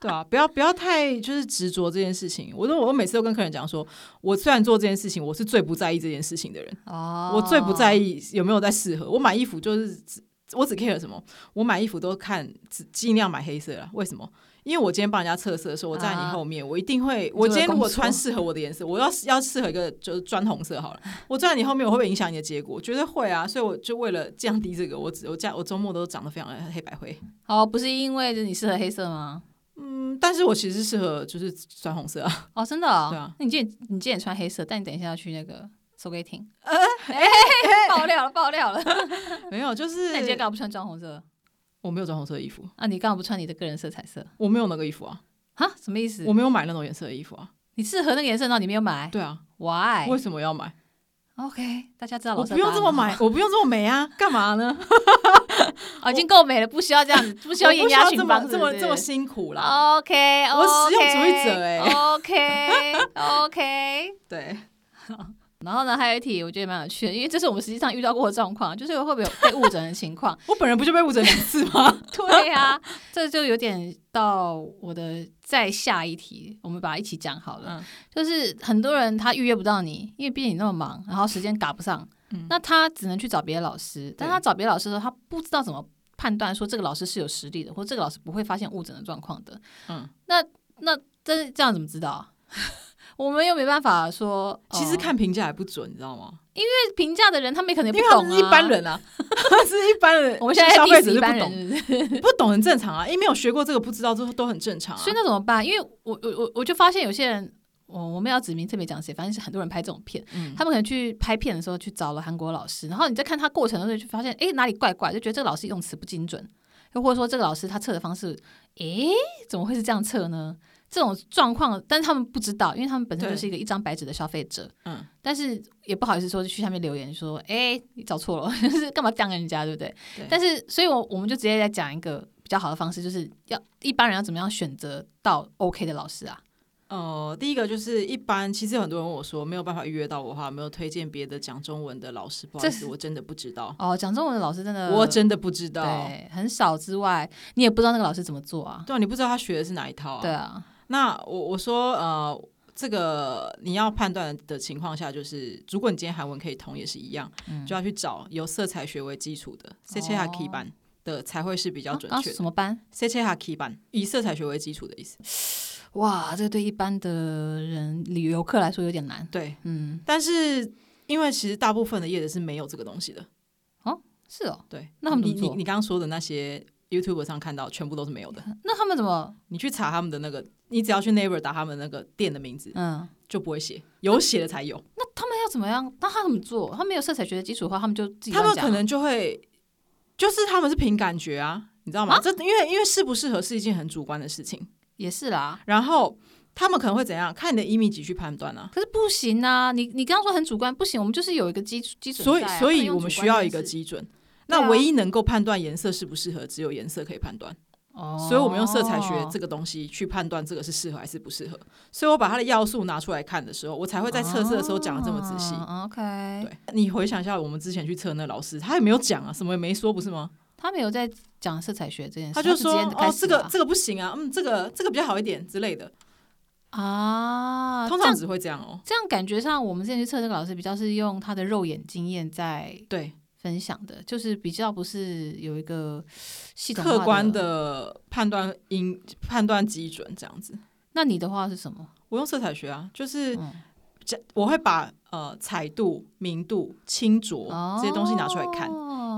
[SPEAKER 2] 对啊，不要不要太就是执着这件事情。我说我每次都跟客人讲说，我虽然做这件事情，我是最不在意这件事情的人。
[SPEAKER 1] 哦
[SPEAKER 2] 我最不在意有没有在适合。我买衣服就是只我只 care 什么，我买衣服都看只尽量买黑色啦。为什么？因为我今天帮人家测色的时候，我站在你
[SPEAKER 1] 啊
[SPEAKER 2] 后面，我一定会，
[SPEAKER 1] 做
[SPEAKER 2] 我今天
[SPEAKER 1] 了
[SPEAKER 2] 如果
[SPEAKER 1] 工作
[SPEAKER 2] 穿适合我的颜色，我要要适合一个就是砖红
[SPEAKER 1] *laughs*
[SPEAKER 2] 色好了，我站在你后面，我会不会影响你的结果？绝对会啊！所以我就为了降低这个，我只我家我周末都长得非常的黑白灰，
[SPEAKER 1] 哦，不是因为你适合黑色吗？
[SPEAKER 2] 嗯，但是我其实适合就是砖红
[SPEAKER 1] *laughs*
[SPEAKER 2] 色啊，
[SPEAKER 1] 哦，真的、哦？
[SPEAKER 2] 对啊
[SPEAKER 1] 那你今天你今天也穿黑色，但你等一下要去那个手给
[SPEAKER 2] *laughs*
[SPEAKER 1] 挺。
[SPEAKER 2] 呃
[SPEAKER 1] 哎、爆料了，爆料了！
[SPEAKER 2] 没有，就是
[SPEAKER 1] 那你今天干嘛不穿砖红色？
[SPEAKER 2] 我没有砖红色的衣服，
[SPEAKER 1] 啊，你干嘛不穿你的个人色彩色？
[SPEAKER 2] 我没有那个衣服啊，
[SPEAKER 1] 哈，什么意思
[SPEAKER 2] 我？没有买那种颜色的衣服啊，
[SPEAKER 1] 你适合那个颜色，然后你没有买
[SPEAKER 2] 对啊，为
[SPEAKER 1] ？Why？OK，、
[SPEAKER 2] 什么要买？
[SPEAKER 1] 大家知道
[SPEAKER 2] 我
[SPEAKER 1] 老师
[SPEAKER 2] 不
[SPEAKER 1] 的答案
[SPEAKER 2] 用
[SPEAKER 1] 了
[SPEAKER 2] 这么买，我不用这么美啊，干嘛呢？
[SPEAKER 1] 哦，已经够美了，不需要这样子，不 *laughs* 需要
[SPEAKER 2] 我
[SPEAKER 1] 艳
[SPEAKER 2] 不需
[SPEAKER 1] 压
[SPEAKER 2] 要
[SPEAKER 1] 群
[SPEAKER 2] 这
[SPEAKER 1] 芳
[SPEAKER 2] 么，这么这么辛苦
[SPEAKER 1] 哦
[SPEAKER 2] 啦。
[SPEAKER 1] OK，
[SPEAKER 2] 我实用主义者欸 *laughs*
[SPEAKER 1] OK *laughs* OK。
[SPEAKER 2] 对，
[SPEAKER 1] 然后呢，还有一题我觉得蛮有趣的，因为这是我们实际上遇到过的状况，就是会不会有被误诊的情况？
[SPEAKER 2] 我本人不就被误诊两次
[SPEAKER 1] *laughs*
[SPEAKER 2] 吗？
[SPEAKER 1] 对啊，这就有点到我的再下一题，我们把它一起讲好了。
[SPEAKER 2] 嗯
[SPEAKER 1] 就是很多人他预约不到你，因为毕竟你那么忙，然后时间赶不上，
[SPEAKER 2] 嗯
[SPEAKER 1] 那他只能去找别的老师。但
[SPEAKER 2] 对
[SPEAKER 1] 他找别的老师的时候，他不知道怎么判断说这个老师是有实力的，或者这个老师不会发现误诊的状况的。
[SPEAKER 2] 嗯，
[SPEAKER 1] 那这这样怎么知道啊？ *laughs* 我们又没办法说，
[SPEAKER 2] 其实
[SPEAKER 1] 哦
[SPEAKER 2] 看评价也不准，你知道吗？
[SPEAKER 1] 评价的人，他们可能也
[SPEAKER 2] 因
[SPEAKER 1] 不
[SPEAKER 2] 为他
[SPEAKER 1] 懂、
[SPEAKER 2] 们
[SPEAKER 1] 啊、
[SPEAKER 2] 是一般，人啊， *laughs* 是一般人，
[SPEAKER 1] 我们现在
[SPEAKER 2] 消费
[SPEAKER 1] diss
[SPEAKER 2] 者
[SPEAKER 1] 一
[SPEAKER 2] 是不
[SPEAKER 1] 般
[SPEAKER 2] 懂，
[SPEAKER 1] 人，是不是
[SPEAKER 2] 不懂很正常啊，因为没有学过这个，不知道这都很正常啊
[SPEAKER 1] 所以。那怎么办？因为我我我我就发现有些人，我我们要指名特别讲谁，反正是很多人拍这种片，
[SPEAKER 2] 嗯
[SPEAKER 1] 他们可能去拍片的时候去找了韩国老师，然后你在看他过程的时候，就发现诶哪里怪怪，就觉得这个老师用词不精准，又或者说这个老师他测的方式，诶怎么会是这样测呢？这种状况，但是他们不知道，因为他们本身
[SPEAKER 2] 对
[SPEAKER 1] 就是一个一张白纸的消费者，
[SPEAKER 2] 嗯，
[SPEAKER 1] 但是也不好意思说去下面留言说，诶你找错了， *laughs* 就是干嘛这样跟人家，对不对？
[SPEAKER 2] 对
[SPEAKER 1] 但是，所以我我们就直接来讲一个比较好的方式，就是要一般人要怎么样选择到 OK 的老师啊？
[SPEAKER 2] 呃，第一个就是一般，其实有很多人问我说没有办法预约到我的话，有没有推荐别的讲中文的老师？不好意
[SPEAKER 1] 这
[SPEAKER 2] 思，
[SPEAKER 1] 是
[SPEAKER 2] 我真的不知道，
[SPEAKER 1] 哦，讲中文的老师真的
[SPEAKER 2] 我真的不知道。
[SPEAKER 1] 对很少之外，你也不知道那个老师怎么做啊？
[SPEAKER 2] 对啊，你不知道他学的是哪一套啊？
[SPEAKER 1] 对啊，
[SPEAKER 2] 那我我说呃，这个你要判断的情况下，就是如果你今天韩文可以通，也是一样，
[SPEAKER 1] 嗯
[SPEAKER 2] 就要去找有色彩学为基础的 C C H K 班的才会是比较准
[SPEAKER 1] 哦啊啊
[SPEAKER 2] 确的
[SPEAKER 1] 什。么班？
[SPEAKER 2] C H K 班以色彩学为基础的意思，
[SPEAKER 1] 哇，这个对一般的人旅游客来说有点难。
[SPEAKER 2] 对。
[SPEAKER 1] 嗯，
[SPEAKER 2] 但是因为其实大部分的业者是没有这个东西的，
[SPEAKER 1] 是哦，
[SPEAKER 2] 对。
[SPEAKER 1] 那他们
[SPEAKER 2] 你
[SPEAKER 1] 怎么
[SPEAKER 2] 你
[SPEAKER 1] 做
[SPEAKER 2] 你刚刚说的那些 YouTube 上看到，全部都是没有的。
[SPEAKER 1] 那他们怎么？
[SPEAKER 2] 你去查他们的那个，你只要去 Naver 打他们那个店的名字，
[SPEAKER 1] 嗯，
[SPEAKER 2] 就不会写，有写的才有。
[SPEAKER 1] 那他们要怎么样？那他怎么做？他没有色彩学的基础的话，他们就自己
[SPEAKER 2] 他们
[SPEAKER 1] 乱讲啊
[SPEAKER 2] 可能就会，就是他们是凭感觉啊，你知道吗？
[SPEAKER 1] 啊
[SPEAKER 2] 这因为因为适不适合是一件很主观的事情，
[SPEAKER 1] 也是啦。
[SPEAKER 2] 然后他们可能会怎样，看你的一米几去判断啊。
[SPEAKER 1] 可是不行啊！你你刚刚说很主观，不行，我们就是有一个基础基准
[SPEAKER 2] 所以
[SPEAKER 1] 在啊，
[SPEAKER 2] 所
[SPEAKER 1] 不能
[SPEAKER 2] 以
[SPEAKER 1] 用
[SPEAKER 2] 我
[SPEAKER 1] 主
[SPEAKER 2] 们需
[SPEAKER 1] 观
[SPEAKER 2] 要
[SPEAKER 1] 这
[SPEAKER 2] 一
[SPEAKER 1] 件
[SPEAKER 2] 个
[SPEAKER 1] 事
[SPEAKER 2] 基准。
[SPEAKER 1] 对啊
[SPEAKER 2] 那唯一能够判断颜色适不适合，只有颜色可以判断，
[SPEAKER 1] 哦
[SPEAKER 2] 所以我们用色彩学这个东西去判断这个是适合还是不适合。所以我把它的要素拿出来看的时候，我才会在测试的时候讲的这么仔细。
[SPEAKER 1] 哦 OK，
[SPEAKER 2] 对你回想一下，我们之前去测那老师，他也没有讲啊，什么也没说，不是吗？
[SPEAKER 1] 他没有在讲色彩学这件事，
[SPEAKER 2] 他就说
[SPEAKER 1] 直接开
[SPEAKER 2] 哦，
[SPEAKER 1] 始
[SPEAKER 2] 这个
[SPEAKER 1] 了
[SPEAKER 2] 这个不行啊，嗯，这个这个比较好一点之类的，
[SPEAKER 1] 啊，
[SPEAKER 2] 通
[SPEAKER 1] 这
[SPEAKER 2] 常
[SPEAKER 1] 样
[SPEAKER 2] 只会这样哦。
[SPEAKER 1] 这样感觉上，我们之前去测这个老师比较是用他的肉眼经验在
[SPEAKER 2] 对，
[SPEAKER 1] 分享的，就是比较不是有一个系统化
[SPEAKER 2] 客观
[SPEAKER 1] 的。
[SPEAKER 2] 的判断因判断基准这样子。
[SPEAKER 1] 那你的话是什么？
[SPEAKER 2] 我用色彩学啊，就是
[SPEAKER 1] 嗯
[SPEAKER 2] 这我会把呃彩度、明度、清浊
[SPEAKER 1] 哦
[SPEAKER 2] 这些东西拿出来看。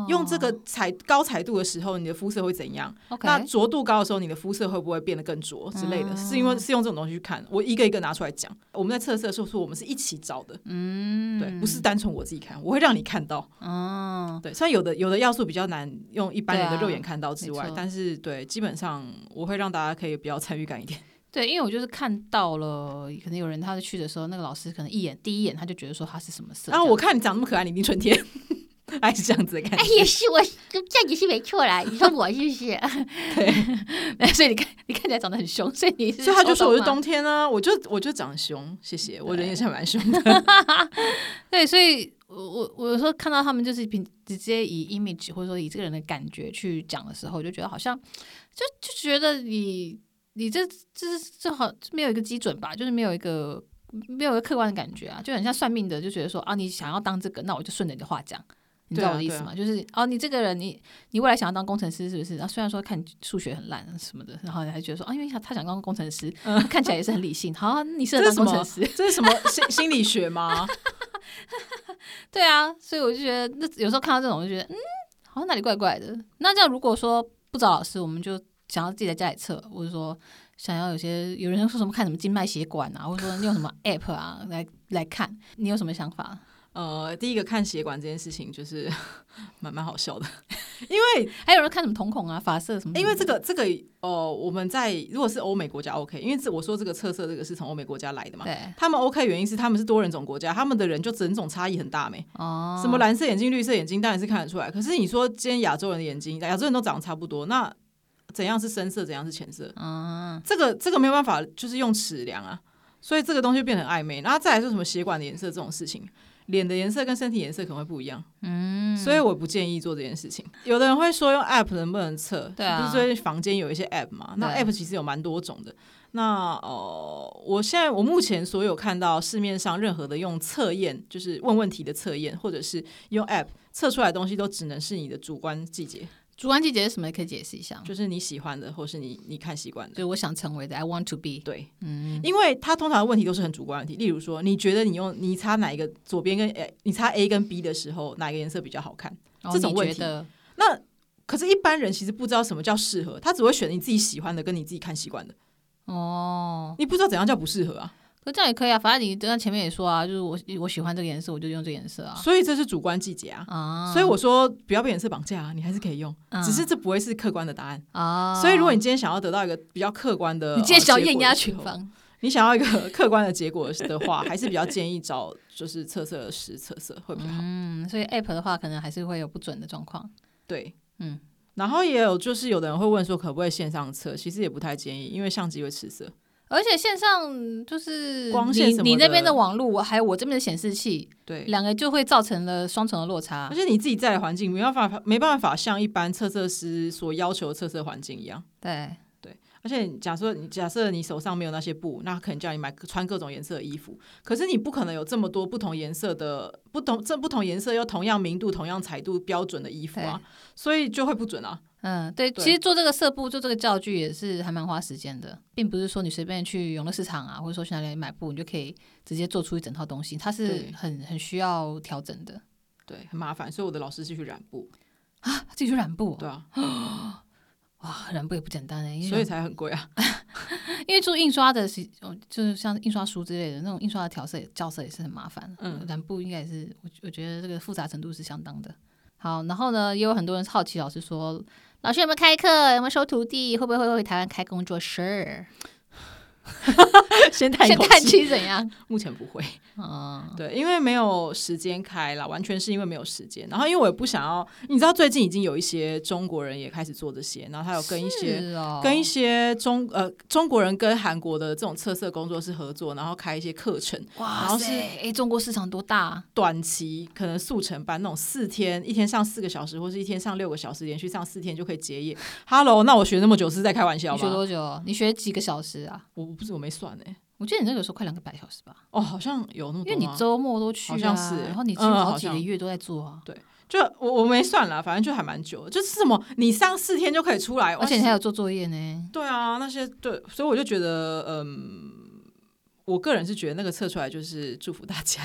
[SPEAKER 2] 用这个彩高彩度的时候，你的肤色会怎样？
[SPEAKER 1] OK，
[SPEAKER 2] 那浊度高的时候，你的肤色会不会变得更浊之类的？是因为
[SPEAKER 1] 嗯
[SPEAKER 2] 是用这种东西去看。我一个一个拿出来讲。我们在测试的时候说，我们是一起找的，
[SPEAKER 1] 嗯，
[SPEAKER 2] 对，不是单纯我自己看，我会让你看到。
[SPEAKER 1] 嗯，
[SPEAKER 2] 对，虽然有的有的要素比较难用一般人的肉眼看到之
[SPEAKER 1] 对啊
[SPEAKER 2] 外，
[SPEAKER 1] 没错
[SPEAKER 2] 但是对，基本上我会让大家可以比较参与感一点。
[SPEAKER 1] 对，因为我就是看到了，可能有人他在去的时候，那个老师可能一眼第一眼他就觉得说他是什么色，
[SPEAKER 2] 然后我看你长那么可爱，你一定春天， *laughs* 还是这样子的感
[SPEAKER 3] 哎，
[SPEAKER 2] 觉。
[SPEAKER 3] 也是我，这也是没错啦。你说我是不是？
[SPEAKER 1] 这样 *laughs* 所以你看你看起来长得很凶，所以你哎是
[SPEAKER 2] 所以他就说我是
[SPEAKER 1] 吗
[SPEAKER 2] 冬天啊，我就我就长得凶，谢谢，我人也是蛮凶
[SPEAKER 1] *laughs*
[SPEAKER 2] 的。
[SPEAKER 1] 对，所以我我我有时候看到他们就是凭直接以 image 或者说以这个人的感觉去讲的时候，我就觉得好像就就觉得你你这这是这好没有一个基准吧，就是没有一个没有一个客观的感觉啊，就很像算命的，就觉得说啊，你想要当这个，那我就顺着你的话讲。你知道
[SPEAKER 2] 对啊
[SPEAKER 1] 我的意思吗？就是哦，你这个人，你你未来想要当工程师是不是？然后虽然说看你数学很烂什么的，然后你还觉得说啊，因为他他想当工程师，他看起来也是很理性，好、啊，你适合
[SPEAKER 2] 嗯这
[SPEAKER 1] 当
[SPEAKER 2] 是什
[SPEAKER 1] 工程
[SPEAKER 2] 么
[SPEAKER 1] 师，？
[SPEAKER 2] 这是什么心心理学吗？
[SPEAKER 1] 对啊，所以我就觉得，那有时候看到这种，我就觉得，嗯，好像哪里怪怪的。那这样如果说不找老师，我们就想要自己在家里测，或者说想要有些有人说什么看什么静脉血管啊，或者说你用
[SPEAKER 2] *laughs*
[SPEAKER 1] 什么 app 啊来来看，你有什么想法？
[SPEAKER 2] 呃，第一个看血管这件事情就是 *laughs* 蛮蛮好笑的，因为
[SPEAKER 1] 还有人看什么瞳孔啊、发色什么
[SPEAKER 2] 哎因为这个这个呃，我们在如果是欧美国家 OK，因为这我说这个测色这个是从欧美国家来的嘛，
[SPEAKER 1] 对
[SPEAKER 2] 他们 OK 原因是他们是多人种国家，他们的人就人种差异很大没。
[SPEAKER 1] 哦，
[SPEAKER 2] 什么蓝色眼睛、绿色眼睛，当然是看得出来。可是你说今天亚洲人的眼睛，亚洲人都长得差不多，那怎样是深色，怎样是浅色？
[SPEAKER 1] 嗯，
[SPEAKER 2] 这个这个没有办法，就是用尺量啊。所以这个东西变得很暧昧。然后再来说什么血管的颜色这种事情，脸的颜色跟身体颜色可能会不一样。嗯，所以我不建议做这件事情。有的人会说用 app 能不能测？
[SPEAKER 1] 对啊
[SPEAKER 2] 不是最近房间有一些 app 嘛？那
[SPEAKER 1] 对
[SPEAKER 2] app 其实有蛮多种的。那呃，我现在我目前所有看到市面上任何的用测验，就是问问题的测验，或者是用 app 测出来的东西，都只能是你的主观季节，
[SPEAKER 1] 主观季节是什么？也可以解释一下，
[SPEAKER 2] 就是你喜欢的，或是你你看习惯的。
[SPEAKER 1] 就我想成为的，I want to be。
[SPEAKER 2] 对，
[SPEAKER 1] 嗯，
[SPEAKER 2] 因为他通常的问题都是很主观的问题，例如说，你觉得你用你擦哪一个左边跟诶你擦 A 跟 B 的时候，哪个颜色比较好看？
[SPEAKER 1] 哦
[SPEAKER 2] 这种
[SPEAKER 1] 你
[SPEAKER 2] 问
[SPEAKER 1] 觉
[SPEAKER 2] 题
[SPEAKER 1] 得
[SPEAKER 2] 那可是，一般人其实不知道什么叫适合，他只会选你自己喜欢的，跟你自己看习惯的，
[SPEAKER 1] 哦，
[SPEAKER 2] 你不知道怎样叫不适合啊。
[SPEAKER 1] 可这样也可以啊，反正你刚刚前面也说啊，就是我我喜欢这个颜色，我就用这个颜色啊。
[SPEAKER 2] 所以这是主观季节啊。
[SPEAKER 1] 啊，
[SPEAKER 2] 所以我说不要被颜色绑架啊，你还是可以用，
[SPEAKER 1] 嗯
[SPEAKER 2] 只是这不会是客观的答案。
[SPEAKER 1] 啊，
[SPEAKER 2] 所以如果你今天想要得到一个比较客观的，
[SPEAKER 1] 你今天想要
[SPEAKER 2] 呃
[SPEAKER 1] 艳压群，
[SPEAKER 2] 结果的时候
[SPEAKER 1] 芳，
[SPEAKER 2] 你想要一个客观的结果的话，还是比较建议找就是测色师测色会比较好。
[SPEAKER 1] 嗯，所以 app 的话可能还是会有不准的状况。
[SPEAKER 2] 对，
[SPEAKER 1] 嗯。
[SPEAKER 2] 然后也有就是有的人会问说可不可以线上测，其实也不太建议，因为相机会吃色。
[SPEAKER 1] 而且线上就是
[SPEAKER 2] 光线
[SPEAKER 1] 你
[SPEAKER 2] 什么
[SPEAKER 1] 你那边
[SPEAKER 2] 的
[SPEAKER 1] 的网络，我还有我这边的显示器，
[SPEAKER 2] 对，
[SPEAKER 1] 两个就会造成了双重的落差
[SPEAKER 2] 而。且你自己在的环境没办法没办法像一般测色师所要求的测色环境一样。
[SPEAKER 1] 对，
[SPEAKER 2] 而且假设你假设你手上没有那些布，那可能叫你买穿各种颜色的衣服，可是你不可能有这么多不同颜色的不同这不同颜色又同样明度、同样彩度标准的衣服啊，所以就会不准啊。
[SPEAKER 1] 嗯，对，
[SPEAKER 2] 对
[SPEAKER 1] 其实做这个色布，做这个教具也是还蛮花时间的，并不是说你随便去永乐市场啊，或者说去哪里买布，你就可以直接做出一整套东西，它是
[SPEAKER 2] 对
[SPEAKER 1] 很很需要调整的。
[SPEAKER 2] 对，很麻烦，所以我的老师是去染布，
[SPEAKER 1] 啊自己去染布哦、
[SPEAKER 2] 对啊，
[SPEAKER 1] 哇，染布也不简单哎，因为
[SPEAKER 2] 所以才很贵啊。
[SPEAKER 1] 因为做印刷的是，哦就是像印刷书之类的那种印刷的调色校色也是很麻烦。
[SPEAKER 2] 嗯
[SPEAKER 1] 染布应该也是，我我觉得这个复杂程度是相当的。好，然后呢，也有很多人好奇老师说，老师有没有开课，有没有收徒弟，会不会会回台湾开工作
[SPEAKER 2] *laughs*
[SPEAKER 1] 室？
[SPEAKER 2] *laughs* 先叹一
[SPEAKER 1] 先
[SPEAKER 2] 口
[SPEAKER 1] 看
[SPEAKER 2] 气，
[SPEAKER 1] 去怎样？
[SPEAKER 2] 目前不会。
[SPEAKER 1] 嗯，
[SPEAKER 2] 对，因为没有时间开啦，完全是因为没有时间。然后因为我也不想要，你知道最近已经有一些中国人也开始做这些，然后他有跟一些。
[SPEAKER 1] 是哦，
[SPEAKER 2] 跟一些中呃中国人跟韩国的这种测色工作室合作，然后开一些课程，然
[SPEAKER 1] 哇
[SPEAKER 2] 后
[SPEAKER 1] 塞，
[SPEAKER 2] 是
[SPEAKER 1] 哎，中国市场多大啊？
[SPEAKER 2] 短期可能速成班那种四天，一天上四个小时，或是一天上六个小时，连续上四天就可以结业。Hello，那我学那么久是在开玩笑
[SPEAKER 1] 你学
[SPEAKER 2] 吗？
[SPEAKER 1] 多久？你学几个小时啊？
[SPEAKER 2] 我不是我没算哎、
[SPEAKER 1] 我记得你那个时候快两个百小时吧，
[SPEAKER 2] 哦，好像有那么多吗，
[SPEAKER 1] 因为你周末都去啊，
[SPEAKER 2] 好像是
[SPEAKER 1] 然后你几乎
[SPEAKER 2] 嗯
[SPEAKER 1] 好
[SPEAKER 2] 好
[SPEAKER 1] 几个
[SPEAKER 2] 像
[SPEAKER 1] 月都在做啊，
[SPEAKER 2] 就我我没算啦，反正就还蛮久的，就是什么你上四天就可以出来，
[SPEAKER 1] 而且
[SPEAKER 2] 哇
[SPEAKER 1] 你还有做作业呢。
[SPEAKER 2] 对啊，那些对，所以我就觉得，嗯，我个人是觉得那个测出来就是祝福大家，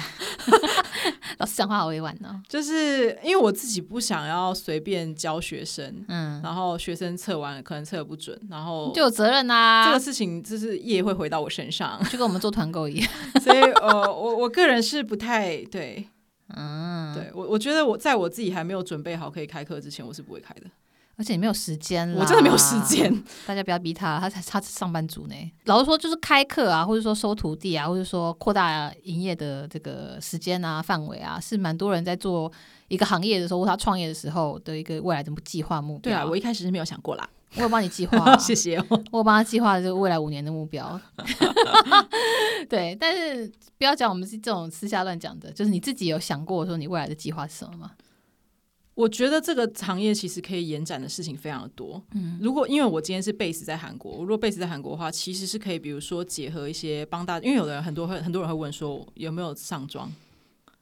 [SPEAKER 1] 老师讲话好委婉哦呢、
[SPEAKER 2] 就是因为我自己不想要随便教学生，
[SPEAKER 1] 嗯，
[SPEAKER 2] 然后学生测完可能测得不准，然后
[SPEAKER 1] 就有责任啦、
[SPEAKER 2] 这个事情就是业会回到我身上
[SPEAKER 1] *laughs* ，就跟我们做团购一样。 *laughs*
[SPEAKER 2] 所以呃，我我个人是不太对，
[SPEAKER 1] 嗯，，
[SPEAKER 2] 对我我觉得我在我自己还没有准备好可以开课之前，我是不会开的，
[SPEAKER 1] 而且你没有时间啦，
[SPEAKER 2] 我真的没有时间，，
[SPEAKER 1] 大家不要逼他，他才他是上班族呢。老实说，就是开课啊，或者说收徒弟啊，或者说扩大营业的这个时间啊、范围啊，是蛮多人在做一个行业的时候，或他创业的时候的一个未来的计划目标。
[SPEAKER 2] 对啊，我
[SPEAKER 1] 我
[SPEAKER 2] 一开始是没有想过啦，，
[SPEAKER 1] 有帮你计划、啊
[SPEAKER 2] *laughs* 谢谢哦。
[SPEAKER 1] 我有帮他计划这个未来五年的目标。 *laughs* 对，但是不要讲我们是这种私下乱讲的，就是你自己有想过说你未来的计划是什么吗？
[SPEAKER 2] 我觉得这个行业其实可以延展的事情非常的多。嗯，如果因为我今天是 base 在韩国，我如果 base 在韩国的话，其实是可以，比如说结合一些帮大，因为有的人很多会很多人会问说有没有上妆，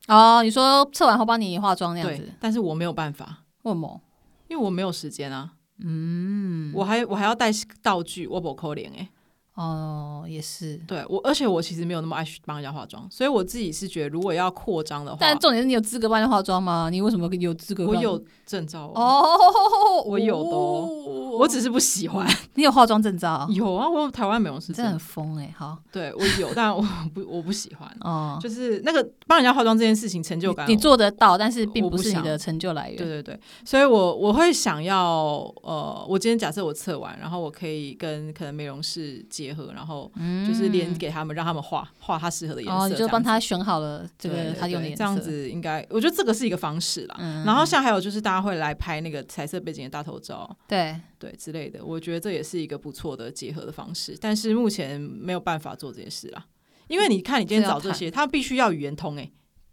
[SPEAKER 1] 哦，你说测完后帮你化妆那样
[SPEAKER 2] 对
[SPEAKER 1] 子，，
[SPEAKER 2] 但是我没有办法，
[SPEAKER 1] 为什么？
[SPEAKER 2] 因为我没有时间啊，
[SPEAKER 1] 嗯，
[SPEAKER 2] 我还我还要带道具，我不扣脸哎。
[SPEAKER 1] 哦，也是。
[SPEAKER 2] 对我，而且我其实没有那么爱去帮人家化妆，所以我自己是觉得，如果要扩张的话，
[SPEAKER 1] 但重点是你有资格帮人化妆吗？你为什么有资格帮？
[SPEAKER 2] 我有证照哦，
[SPEAKER 1] 哦，
[SPEAKER 2] 我有的哦
[SPEAKER 1] 哦
[SPEAKER 2] 我只是不喜欢。
[SPEAKER 1] 你有化妆证照，
[SPEAKER 2] *laughs* 有啊，我有台湾美容师
[SPEAKER 1] 你哦真的
[SPEAKER 2] 证
[SPEAKER 1] 很，疯哎、好
[SPEAKER 2] 对我有，但我不我不喜欢，
[SPEAKER 1] 哦，
[SPEAKER 2] 就是那个帮人家化妆这件事情成就感
[SPEAKER 1] 你做得到，但是并
[SPEAKER 2] 我不
[SPEAKER 1] 是你
[SPEAKER 2] 想
[SPEAKER 1] 的成就来源。
[SPEAKER 2] 对对对，所以我我会想要呃，我今天假设我测完，然后我可以跟可能美容师结合，然后
[SPEAKER 1] 嗯
[SPEAKER 2] 就是连给他们，让他们画画他适合的颜色，
[SPEAKER 1] 哦，你
[SPEAKER 2] 这
[SPEAKER 1] 就
[SPEAKER 2] 样
[SPEAKER 1] 帮
[SPEAKER 2] 子
[SPEAKER 1] 他选好了这
[SPEAKER 2] 对
[SPEAKER 1] 个
[SPEAKER 2] 对
[SPEAKER 1] 他用的
[SPEAKER 2] 对
[SPEAKER 1] 颜色，
[SPEAKER 2] 这样子应该，我觉得这个是一个方式啦。
[SPEAKER 1] 嗯
[SPEAKER 2] 然后像还有就是大家会来拍那个彩色背景的大头照，
[SPEAKER 1] 对，
[SPEAKER 2] 对之类的，我觉得这也是一个不错的结合的方式。但是目前没有办法做这些事啦，因为你看你今天
[SPEAKER 1] 这要
[SPEAKER 2] 找这些，他必须要语言通诶、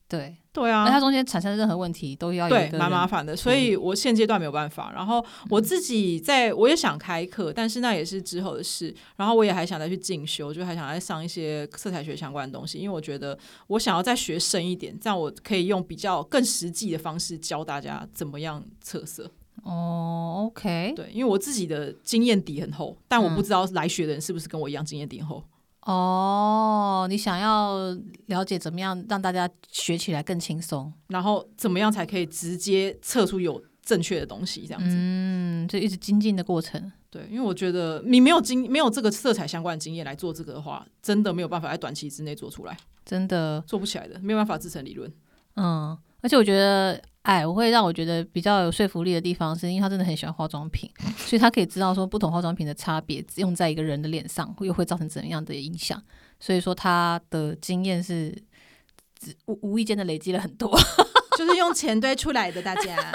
[SPEAKER 1] 对，
[SPEAKER 2] 对
[SPEAKER 1] 那它
[SPEAKER 2] 啊。
[SPEAKER 1] 中间产生任何问题都要有一
[SPEAKER 2] 对，
[SPEAKER 1] 个
[SPEAKER 2] 蛮
[SPEAKER 1] 人嗯
[SPEAKER 2] 麻烦的，所以我现阶段没有办法。然后我自己在，我也想开课，但是那也是之后的事。然后我也还想再去进修，就还想再上一些色彩学相关的东西，因为我觉得我想要再学深一点，这样我可以用比较更实际的方式教大家怎么样测色。
[SPEAKER 1] 哦，OK，
[SPEAKER 2] 对，因为我自己的经验底很厚，但我
[SPEAKER 1] 嗯
[SPEAKER 2] 不知道来学的人是不是跟我一样经验底很厚。
[SPEAKER 1] 哦，你想要了解怎么样让大家学起来更轻松，
[SPEAKER 2] 然后怎么样才可以直接测出有正确的东西？这样子，
[SPEAKER 1] 嗯，就一直精进的过程，
[SPEAKER 2] 对，因为我觉得你没有经没有这个色彩相关的经验来做这个的话，真的没有办法在短期之内做出来，
[SPEAKER 1] 真的，
[SPEAKER 2] 做不起来的，没有办法自成理论。
[SPEAKER 1] 嗯，而且我觉得。哎，我会让我觉得比较有说服力的地方，是因为他真的很喜欢化妆品， *laughs* 所以他可以知道说不同化妆品的差别用在一个人的脸上，又会造成怎么样的影响。所以说他的经验是只无无意间的累积了很多。
[SPEAKER 2] *laughs* 就是用钱堆出来的，大家。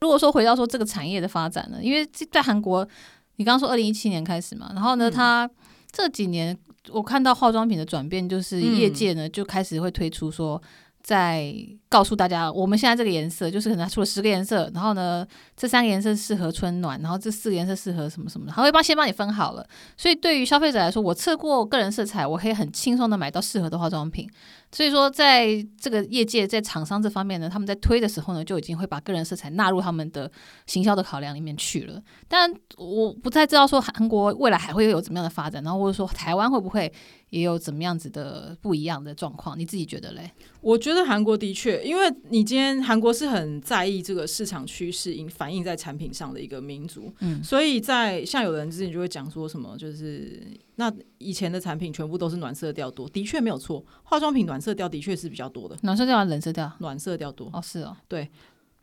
[SPEAKER 1] 如果说回到说这个产业的发展呢，因为这在韩国，你刚刚说二零一七年开始嘛，然后呢，
[SPEAKER 2] 嗯
[SPEAKER 1] 它这几年我看到化妆品的转变，就是
[SPEAKER 2] 嗯
[SPEAKER 1] 业界呢就开始会推出说。在告诉大家，我们现在这个颜色就是可能它出了十个颜色，然后呢，这三个颜色适合春暖，然后这四个颜色适合什么什么的，它会帮先帮你分好了。所以对于消费者来说，我测过个人色彩，我可以很轻松的买到适合的化妆品。所以说，在这个业界，在厂商这方面呢，他们在推的时候呢，就已经会把个人色彩纳入他们的行销的考量里面去了。但我不太知道说韩国未来还会有怎么样的发展，然后或者说台湾会不会也有怎么样子的不一样的状况？你自己觉得嘞？
[SPEAKER 2] *laughs* 我觉得韩国的确，因为你今天韩国是很在意这个市场趋势，影反映在产品上的一个民族，
[SPEAKER 1] 嗯
[SPEAKER 2] 所以在像有人之前就会讲说什么，就是那以前的产品全部都是暖色调多，的确没有错，化妆品暖色调的确是比较多的，
[SPEAKER 1] 暖色调还是冷色调？
[SPEAKER 2] 暖色调多，
[SPEAKER 1] 哦，是哦，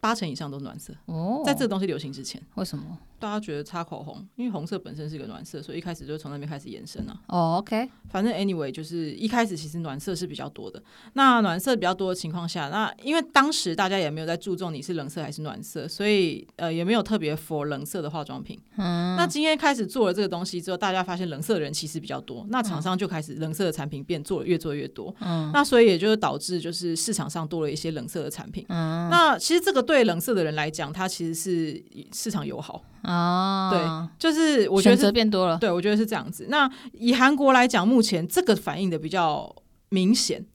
[SPEAKER 2] 八成以上都是暖色，
[SPEAKER 1] 哦，
[SPEAKER 2] 在这个东西流行之前，
[SPEAKER 1] 为什么？
[SPEAKER 2] 大家觉得擦口红，因为红色本身是一个暖色，所以一开始就从那边开始延伸啊。
[SPEAKER 1] 哦，OK，
[SPEAKER 2] 反正 anyway，就是一开始其实暖色是比较多的。那暖色比较多的情况下，那因为当时大家也没有在注重你是冷色还是暖色，所以呃也没有特别 for 冷色的化妆品。
[SPEAKER 1] 嗯，
[SPEAKER 2] 那今天开始做了这个东西之后，大家发现冷色的人其实比较多，那厂商就开始冷色的产品变做越做越多。
[SPEAKER 1] 嗯
[SPEAKER 2] 那所以也就是导致就是市场上多了一些冷色的产品。
[SPEAKER 1] 嗯
[SPEAKER 2] 那其实这个对冷色的人来讲，它其实是市场友好，
[SPEAKER 1] 啊，
[SPEAKER 2] 就是我觉得
[SPEAKER 1] 选择
[SPEAKER 2] 是
[SPEAKER 1] 变多了，
[SPEAKER 2] 对，我觉得是这样子。那以韩国来讲，目前这个反应的比较明显，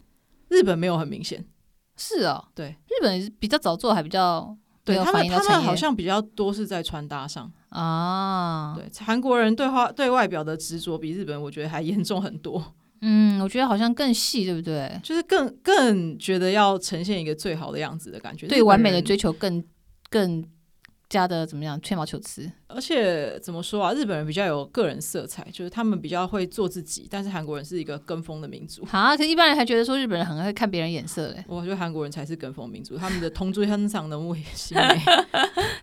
[SPEAKER 2] 日本没有很明显。
[SPEAKER 1] 是哦，
[SPEAKER 2] 对，
[SPEAKER 1] 日本比较早做，还比较
[SPEAKER 2] 对
[SPEAKER 1] 没有
[SPEAKER 2] 他
[SPEAKER 1] 反
[SPEAKER 2] 们，
[SPEAKER 1] 映到
[SPEAKER 2] 他
[SPEAKER 1] 产
[SPEAKER 2] 们
[SPEAKER 1] 业
[SPEAKER 2] 好像比较多是在穿搭上。
[SPEAKER 1] 啊，
[SPEAKER 2] 对，韩国人对花对外表的执着比日本，我觉得还严重很多， *laughs*
[SPEAKER 1] 嗯，我觉得好像更细，对不对？
[SPEAKER 2] 就是更更觉得要呈现一个最好的样子的感觉。日
[SPEAKER 1] 对
[SPEAKER 2] 本
[SPEAKER 1] 完美的
[SPEAKER 2] 人
[SPEAKER 1] 追求更更加的怎么样？吹毛求疵。
[SPEAKER 2] 而且怎么说啊，日本人比较有个人色彩，就是他们比较会做自己，但是韩国人是一个跟风的民族。
[SPEAKER 1] 啊，可是一般人还觉得说日本人很会看别人眼色嘞，
[SPEAKER 2] 我觉得韩国人才是跟风民族，他们的同追很长的目也
[SPEAKER 1] *laughs*
[SPEAKER 2] 是美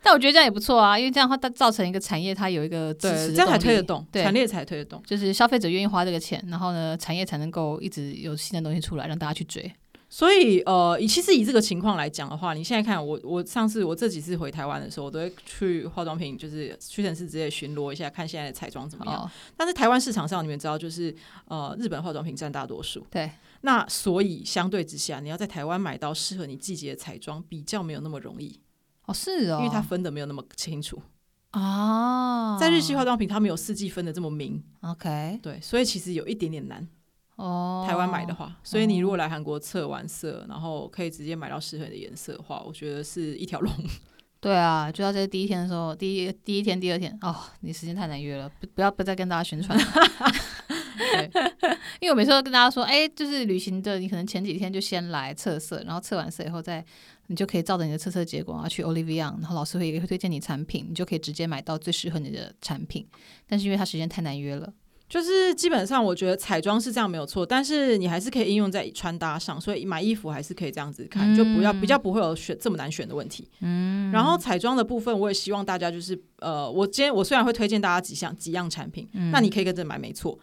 [SPEAKER 1] 但我觉得这样也不错啊，因为这样的话它造成一个产业它有一个支持
[SPEAKER 2] 对，
[SPEAKER 1] 的
[SPEAKER 2] 这样才
[SPEAKER 1] 动
[SPEAKER 2] 推得
[SPEAKER 1] 力
[SPEAKER 2] 动，
[SPEAKER 1] 对
[SPEAKER 2] 产业才推得动。
[SPEAKER 1] 就是消费者愿意花这个钱，然后呢，产业才能够一直有新的东西出来，让大家去追。
[SPEAKER 2] 所以呃，以其实以这个情况来讲的话，你现在看我，我上次我这几次回台湾的时候，我都会去化妆品，就是屈臣氏直接巡逻一下，看现在的彩妆怎么样。
[SPEAKER 1] 哦，
[SPEAKER 2] 但是台湾市场上，你们知道，就是呃，日本化妆品占大多数，
[SPEAKER 1] 对，
[SPEAKER 2] 那所以相对之下，你要在台湾买到适合你季节的彩妆，比较没有那么容易，
[SPEAKER 1] 哦是哦，
[SPEAKER 2] 因为它分的没有那么清楚。
[SPEAKER 1] 啊，
[SPEAKER 2] 哦在日系化妆品，它没有四季分的这么明，
[SPEAKER 1] OK
[SPEAKER 2] 对，所以其实有一点点难。
[SPEAKER 1] 哦，
[SPEAKER 2] 台湾买的话，所以你如果来韩国测完色，然后可以直接买到适合你的颜色的话，我觉得是一条龙。
[SPEAKER 1] 对啊，就到这第一天的时候，第一第一天、第二天，哦，你时间太难约了，不不要不再跟大家宣传了， *laughs*
[SPEAKER 2] 对
[SPEAKER 1] 因为我每次都跟大家说，哎，就是旅行的，你可能前几天就先来测色，然后测完色以后再，你就可以照着你的测色结果，然后去 Olivia，然后老师会也会推荐你产品，你就可以直接买到最适合你的产品。但是因为它时间太难约了，
[SPEAKER 2] 就是基本上，我觉得彩妆是这样没有错，但是你还是可以应用在穿搭上，所以买衣服还是可以这样子看，就不要比较不会有选这么难选的问题。嗯，然后彩妆的部分，我也希望大家就是呃，我今天我虽然会推荐大家几项几样产品，
[SPEAKER 1] 嗯
[SPEAKER 2] 那你可以跟着买没错，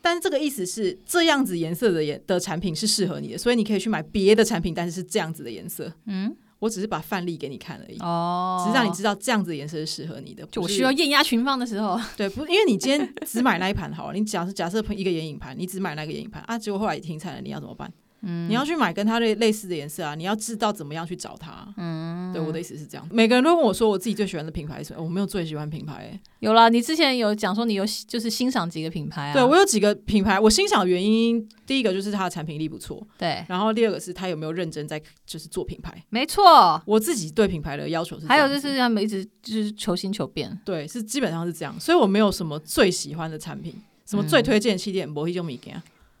[SPEAKER 2] 但是这个意思是这样子颜色的颜的产品是适合你的，所以你可以去买别的产品，但是是这样子的颜色。
[SPEAKER 1] 嗯，
[SPEAKER 2] 我只是把范例给你看而已。
[SPEAKER 1] 哦，
[SPEAKER 2] 只是让你知道这样子的颜色是适合你的，
[SPEAKER 1] 就我
[SPEAKER 2] 不是
[SPEAKER 1] 需要艳压群芳的时候，
[SPEAKER 2] *laughs* 对，不，因为你今天只买那一盘好了，你假设假设一个眼影盘，你只买那个眼影盘啊，结果后来停产了，你要怎么办？嗯，你要去买跟它类类似的颜色啊，你要知道怎么样去找它。嗯，对，我的意思是这样。每个人都问我说，我自己最喜欢的品牌是什么？我没有最喜欢品牌、欸
[SPEAKER 1] 有啦，你之前有讲说你有就是欣赏几个品牌啊，
[SPEAKER 2] 对我有几个品牌，我欣赏的原因，第一个就是它的产品力不错，
[SPEAKER 1] 对，
[SPEAKER 2] 然后第二个是它有没有认真在就是做品牌。
[SPEAKER 1] 没错。
[SPEAKER 2] 我自己对品牌的要求是这样
[SPEAKER 1] 还
[SPEAKER 2] 子，
[SPEAKER 1] 有就是他们一直就是求新求变，
[SPEAKER 2] 对，是基本上是这样，所以我没有什么最喜欢的产品，什么
[SPEAKER 1] 嗯
[SPEAKER 2] 最推荐的气垫，某一种米给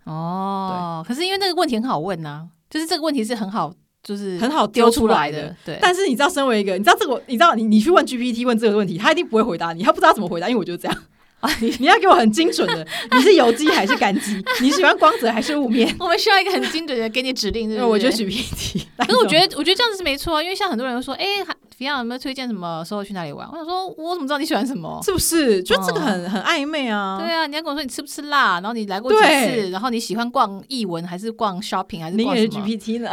[SPEAKER 1] 哦，可是因为那个问题很好问呐、就是这个问题是很好，就是
[SPEAKER 2] 很好
[SPEAKER 1] 丢
[SPEAKER 2] 丢出来
[SPEAKER 1] 来
[SPEAKER 2] 的。，
[SPEAKER 1] 对。
[SPEAKER 2] 但是你知道，身为一个，你知道这个，你知道你你去问 GPT 问这个问题，他一定不会回答你，他不知道怎么回答，因为我就是这样。
[SPEAKER 1] 啊
[SPEAKER 2] 你 *laughs* 你要给我很精准的，你是油肌还是干肌？你喜欢光泽还是雾面？
[SPEAKER 1] *laughs* 我们需要一个很精准的给你指令， *laughs* 对
[SPEAKER 2] 因
[SPEAKER 1] 不
[SPEAKER 2] 为
[SPEAKER 1] 对？
[SPEAKER 2] *laughs* 我觉得 GPT，
[SPEAKER 1] 可是我觉得，我觉得这样子是没错啊，因为像很多人会说，哎、还菲亚有没有推荐什么时候去哪里玩？我想说，我怎么知道你喜欢什
[SPEAKER 2] *laughs*
[SPEAKER 1] 么？
[SPEAKER 2] 是不是？就这个很很暧昧啊。
[SPEAKER 1] 哦对啊，你要跟我说你吃不吃辣，然后你来过几次，
[SPEAKER 2] 对
[SPEAKER 1] 然后你喜欢逛艺文还是逛 shopping 还是
[SPEAKER 2] 你
[SPEAKER 1] 逛
[SPEAKER 2] 也
[SPEAKER 1] 什
[SPEAKER 2] 是
[SPEAKER 1] 么？
[SPEAKER 2] GPT 呢？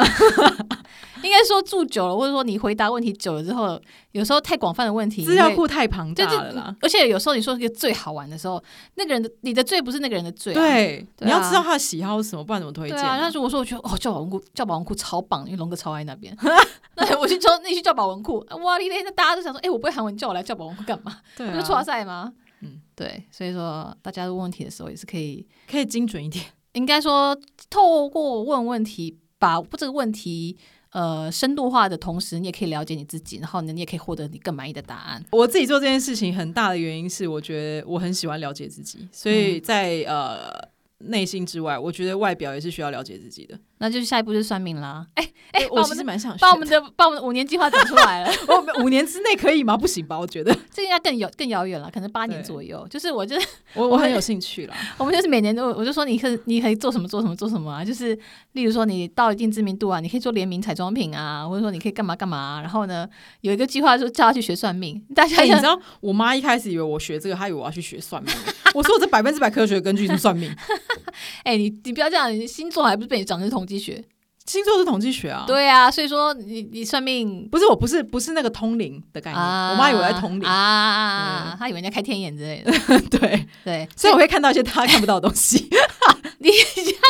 [SPEAKER 1] 应该说住久了，或者说你回答问题久了之后，有时候太广泛的问题，
[SPEAKER 2] 资料
[SPEAKER 1] 你会
[SPEAKER 2] 库太庞
[SPEAKER 1] 就
[SPEAKER 2] 大
[SPEAKER 1] 是嗯
[SPEAKER 2] 了啦。，
[SPEAKER 1] 而且有时候你说一个最好玩的时候，那个人的你的罪不是那个人的罪、啊，
[SPEAKER 2] 对，
[SPEAKER 1] 对啊
[SPEAKER 2] 你要知道他的喜好是什么，不然怎么推
[SPEAKER 1] 对
[SPEAKER 2] 荐
[SPEAKER 1] 啊。
[SPEAKER 2] 啊？
[SPEAKER 1] 那如果说我觉得哦，教保文库教保文库超棒，因为龙哥超爱那边。 *laughs* 那我去教那去教保文库，哇哩嘞！那大家都想说，哎、我不会韩文，叫我来教保文库干嘛？
[SPEAKER 2] 对
[SPEAKER 1] 不就出
[SPEAKER 2] 啊，
[SPEAKER 1] 赛吗？
[SPEAKER 2] 嗯，
[SPEAKER 1] 对，所以说大家问问题的时候也是可以，
[SPEAKER 2] 可以精准一点。
[SPEAKER 1] 应该说透过问问题，把这个问题呃深度化的同时，你也可以了解你自己，然后呢，你也可以获得你更满意的答案。
[SPEAKER 2] 我自己做这件事情很大的原因是，我觉得我很喜欢了解自
[SPEAKER 1] 嗯
[SPEAKER 2] 己，所以在、呃内心之外，我觉得外表也是需要了解自己的。
[SPEAKER 1] 那就是下一步就是算命啦。哎、 *laughs* 哎、把
[SPEAKER 2] 我
[SPEAKER 1] 我们
[SPEAKER 2] 其实
[SPEAKER 1] 的
[SPEAKER 2] 蛮想
[SPEAKER 1] 把我们的把我们的五年计划整出来了。
[SPEAKER 2] *laughs* 学的 *laughs* 我们五年之内可以吗？不行吧，我觉得
[SPEAKER 1] 这个应该更遥更遥远了，可能八年
[SPEAKER 2] 对
[SPEAKER 1] 左右。就是 *laughs* 我就是
[SPEAKER 2] 我我很有兴趣啦。
[SPEAKER 1] *laughs* 我们就是每年都我就说你可以你可以做什么做什么做什么啊，就是例如说你到一定知名度啊，你可以做联名彩妆品啊，或者说你可以干嘛干嘛啊、然后呢，有一个计划就叫他去学算命，大家
[SPEAKER 2] 哎、你
[SPEAKER 1] 想
[SPEAKER 2] 知道我妈一开始以为我学这个，她以为我要去学算命。我说我这百分之百科学的根据是算命，
[SPEAKER 1] 哎、你你不要这样，你星座还不是被你讲成统计学？
[SPEAKER 2] 星座是统计学啊。，
[SPEAKER 1] 对啊，所以说你你算命。
[SPEAKER 2] 不是我不是不是那个通灵的概念，
[SPEAKER 1] 啊！
[SPEAKER 2] 哎我妈以为我在通灵。 *laughs*
[SPEAKER 1] 啊，他以为人家开天眼之类的，
[SPEAKER 2] 对，
[SPEAKER 1] 对， *laughs*
[SPEAKER 2] 所以我会看到一些她看不到的东西。
[SPEAKER 1] 你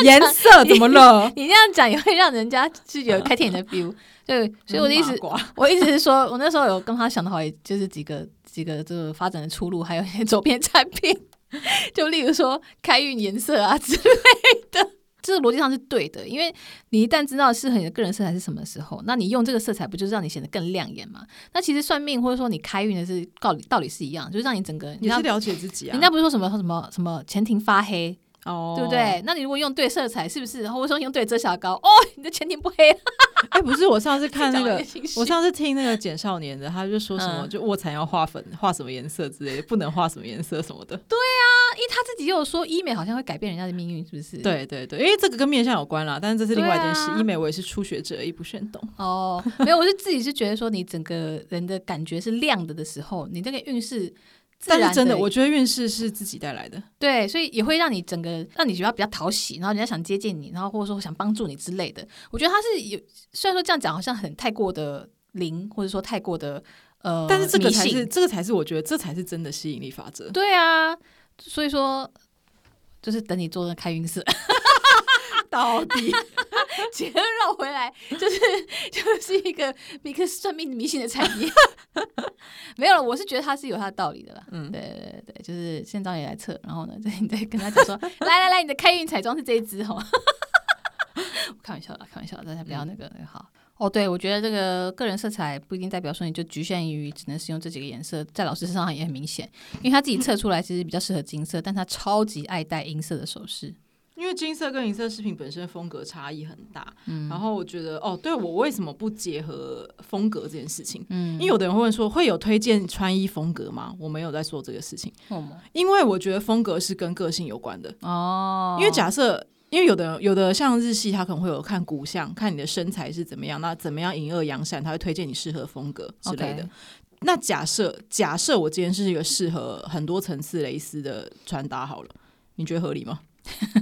[SPEAKER 2] 颜色怎么了？
[SPEAKER 1] 你这样讲也会让人家是
[SPEAKER 2] *laughs*
[SPEAKER 1] 有开天眼的 feel，对， *laughs* 所以我的意思
[SPEAKER 2] 嗯麻，瓜
[SPEAKER 1] 我一直是说， *laughs* 我那时候有跟他想的好，就是几个几个这个发展的出路，还有一些周边产品， *laughs* 就例如说开运颜色啊之类的，这个逻辑上是对的，因为你一旦知道适合你的个人色彩是什么的时候，那你用这个色彩不就是让你显得更亮眼嘛？那其实算命或者说你开运的是道理道理是一样，就是让你整个你知
[SPEAKER 2] 也
[SPEAKER 1] 道
[SPEAKER 2] 是。了解自己啊。
[SPEAKER 1] 人家不是说什么什么什么前庭发黑，
[SPEAKER 2] 哦，
[SPEAKER 1] 对不？对？那你如果用对色彩，是不是？或者说用对遮瑕膏，哦，你的前庭不黑了。 *laughs*
[SPEAKER 2] 哎、不是，我上次看那
[SPEAKER 1] 讲得
[SPEAKER 2] 个
[SPEAKER 1] 很心，虚
[SPEAKER 2] 我上次听那个简少年的，他就说什么，
[SPEAKER 1] 嗯
[SPEAKER 2] 就卧蚕要画粉，画什么颜色之类的，不能画什么颜色什么的。
[SPEAKER 1] 因为他自己也有说医美好像会改变人家的命运，是不是？
[SPEAKER 2] 对对对，因为这个跟面相有关啦，但是这是另外一件事。
[SPEAKER 1] 对啊
[SPEAKER 2] 医美我也是初学者，也不是很懂。
[SPEAKER 1] 哦，没有，我是自己是觉得说，你整个人的感觉是亮的的时候，你那个运势自然
[SPEAKER 2] 但是真
[SPEAKER 1] 的，
[SPEAKER 2] 的，我觉得运势是自己带来的。
[SPEAKER 1] 对，所以也会让你整个让你觉得比较讨喜，然后人家想接近你，然后或者说想帮助你之类的。我觉得他是有，虽然说这样讲好像很太过的灵，或者说太过的呃，
[SPEAKER 2] 但是这个
[SPEAKER 1] 迷
[SPEAKER 2] 才
[SPEAKER 1] 信
[SPEAKER 2] 是，这个才是我觉得这才是真的吸引力法
[SPEAKER 1] *laughs*
[SPEAKER 2] 则。
[SPEAKER 1] 对啊，所以说就是等你做那开运色，
[SPEAKER 2] 到底
[SPEAKER 1] 结论绕回来，就是 *laughs* 就是一个一个算命迷信的产业。 *laughs* 没有了，我是觉得他是有他的道理的啦。
[SPEAKER 2] 嗯
[SPEAKER 1] 对对对对，就是现在也来测，然后呢，再 *laughs* 你再跟他讲说， *laughs* 来来来，你的开运彩妆是这一支哈。我 *laughs* 开玩笑的，开玩笑的，大家不要那个那个好。哦，对，我觉得这个个人色彩不一定代表说你就局限于只能使用这几个颜色，在老师身上也很明显，因为他自己测出来其实比较适合金色，但他超级爱戴银色的首饰。
[SPEAKER 2] *laughs* 因为金色跟银色饰品本身风格差异很大，
[SPEAKER 1] 嗯
[SPEAKER 2] 然后我觉得哦，对我为什么不结合风格这件事情？
[SPEAKER 1] 嗯
[SPEAKER 2] 因为有的人会问说，会有推荐穿衣风格吗？我没有在说这个事情，
[SPEAKER 1] 为什么？
[SPEAKER 2] 因为我觉得风格是跟个性有关的。
[SPEAKER 1] 哦， *laughs*
[SPEAKER 2] 因为假设，因为有的有的像日系，他可能会有看骨相，看你的身材是怎么样，那怎么样引恶扬善，他会推荐你适合风格之类的。
[SPEAKER 1] OK
[SPEAKER 2] 那假设假设我今天是一个适合很多层次蕾丝的穿搭好了，你觉得合理吗？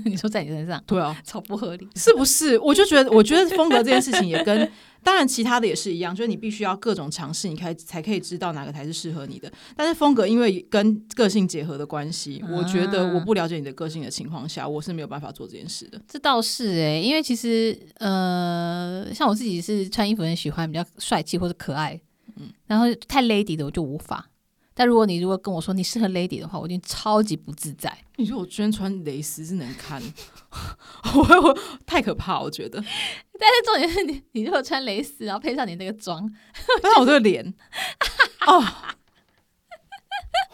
[SPEAKER 1] 你说在你身上
[SPEAKER 2] 对啊，
[SPEAKER 1] 超不合理。
[SPEAKER 2] *laughs* 是不是？我就觉得，我觉得风格这件事情也跟当然其他的也是一样，就是你必须要各种尝试，你才才可以知道哪个才是适合你的。但是风格因为跟个性结合的关系，我觉得我不了解你的个性的情况下，我是没有办法做这件事的。
[SPEAKER 1] 这倒是哎、因为其实呃，像我自己是穿衣服很喜欢比较帅气或者可爱，嗯，然后太 lady 的我就无法。但如果你如果跟我说你适合 lady 的话，我一定超级不自在。 *laughs*
[SPEAKER 2] 你说我居然穿蕾丝是能看， *laughs* 我我太可怕，我觉得。
[SPEAKER 1] 但是重点是你，你如果穿蕾丝，然后配上你那个妆，
[SPEAKER 2] 但是我这个脸，哦，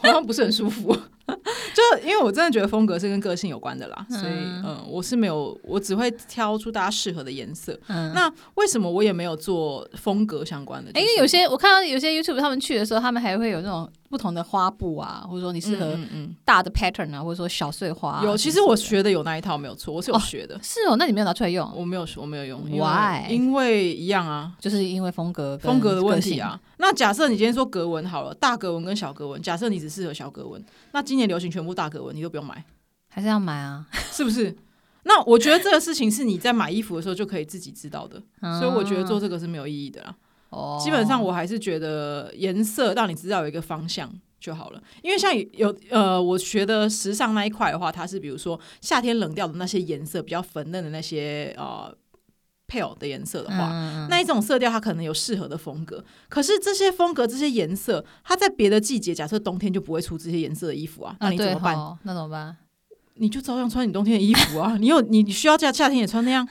[SPEAKER 2] 好像不是很舒服。 *laughs* 就因为我真的觉得风格是跟个性有关的啦，所以
[SPEAKER 1] 嗯
[SPEAKER 2] 嗯，我是没有，我只会挑出大家适合的颜色。
[SPEAKER 1] 嗯，
[SPEAKER 2] 那为什么我也没有做风格相关的？
[SPEAKER 1] 哎、因为有些我看到有些 YouTube 他们去的时候，他们还会有那种不同的花布啊，或者说你
[SPEAKER 2] 就是
[SPEAKER 1] 适合
[SPEAKER 2] 嗯嗯
[SPEAKER 1] 大的 pattern 啊，或者说小碎花啊、
[SPEAKER 2] 嗯有，其实我学的有那一套没有错，我是有
[SPEAKER 1] 哦
[SPEAKER 2] 学的，
[SPEAKER 1] 是哦，那你没有拿出来用，
[SPEAKER 2] 我没有我没有用，因为
[SPEAKER 1] Why？
[SPEAKER 2] 因为一样啊，
[SPEAKER 1] 就是因为风格跟
[SPEAKER 2] 风格的问题
[SPEAKER 1] 个性
[SPEAKER 2] 啊。那假设你今天说格纹好了，大格纹跟小格纹，假设你只适合小格纹，那今年流行全部大格纹，你都不用买， *laughs*
[SPEAKER 1] 还是要买啊。
[SPEAKER 2] 是不是？那我觉得这个事情是你在买衣服的时候就可以自己知道的，所以我
[SPEAKER 1] *laughs*
[SPEAKER 2] 觉得做这个是没有意义的啦。
[SPEAKER 1] 啊哦
[SPEAKER 2] 基本上我还是觉得颜色让你知道有一个方向就好了。因为像有呃，我学的时尚那一块的话，它是比如说夏天冷掉的那些颜色，比较粉嫩的那些呃 pale 的颜色的话，
[SPEAKER 1] 嗯
[SPEAKER 2] 那一种色调，它可能有适合的风格，可是这些风格、这些颜色，它在别的季节，假设冬天就不会出这些颜色的衣服啊，那
[SPEAKER 1] 啊，
[SPEAKER 2] 你怎
[SPEAKER 1] 对
[SPEAKER 2] 么办？
[SPEAKER 1] 吼那怎么办？
[SPEAKER 2] 你就照样穿你冬天的衣服啊，你 *laughs* 有你你需要夏夏天也穿那样，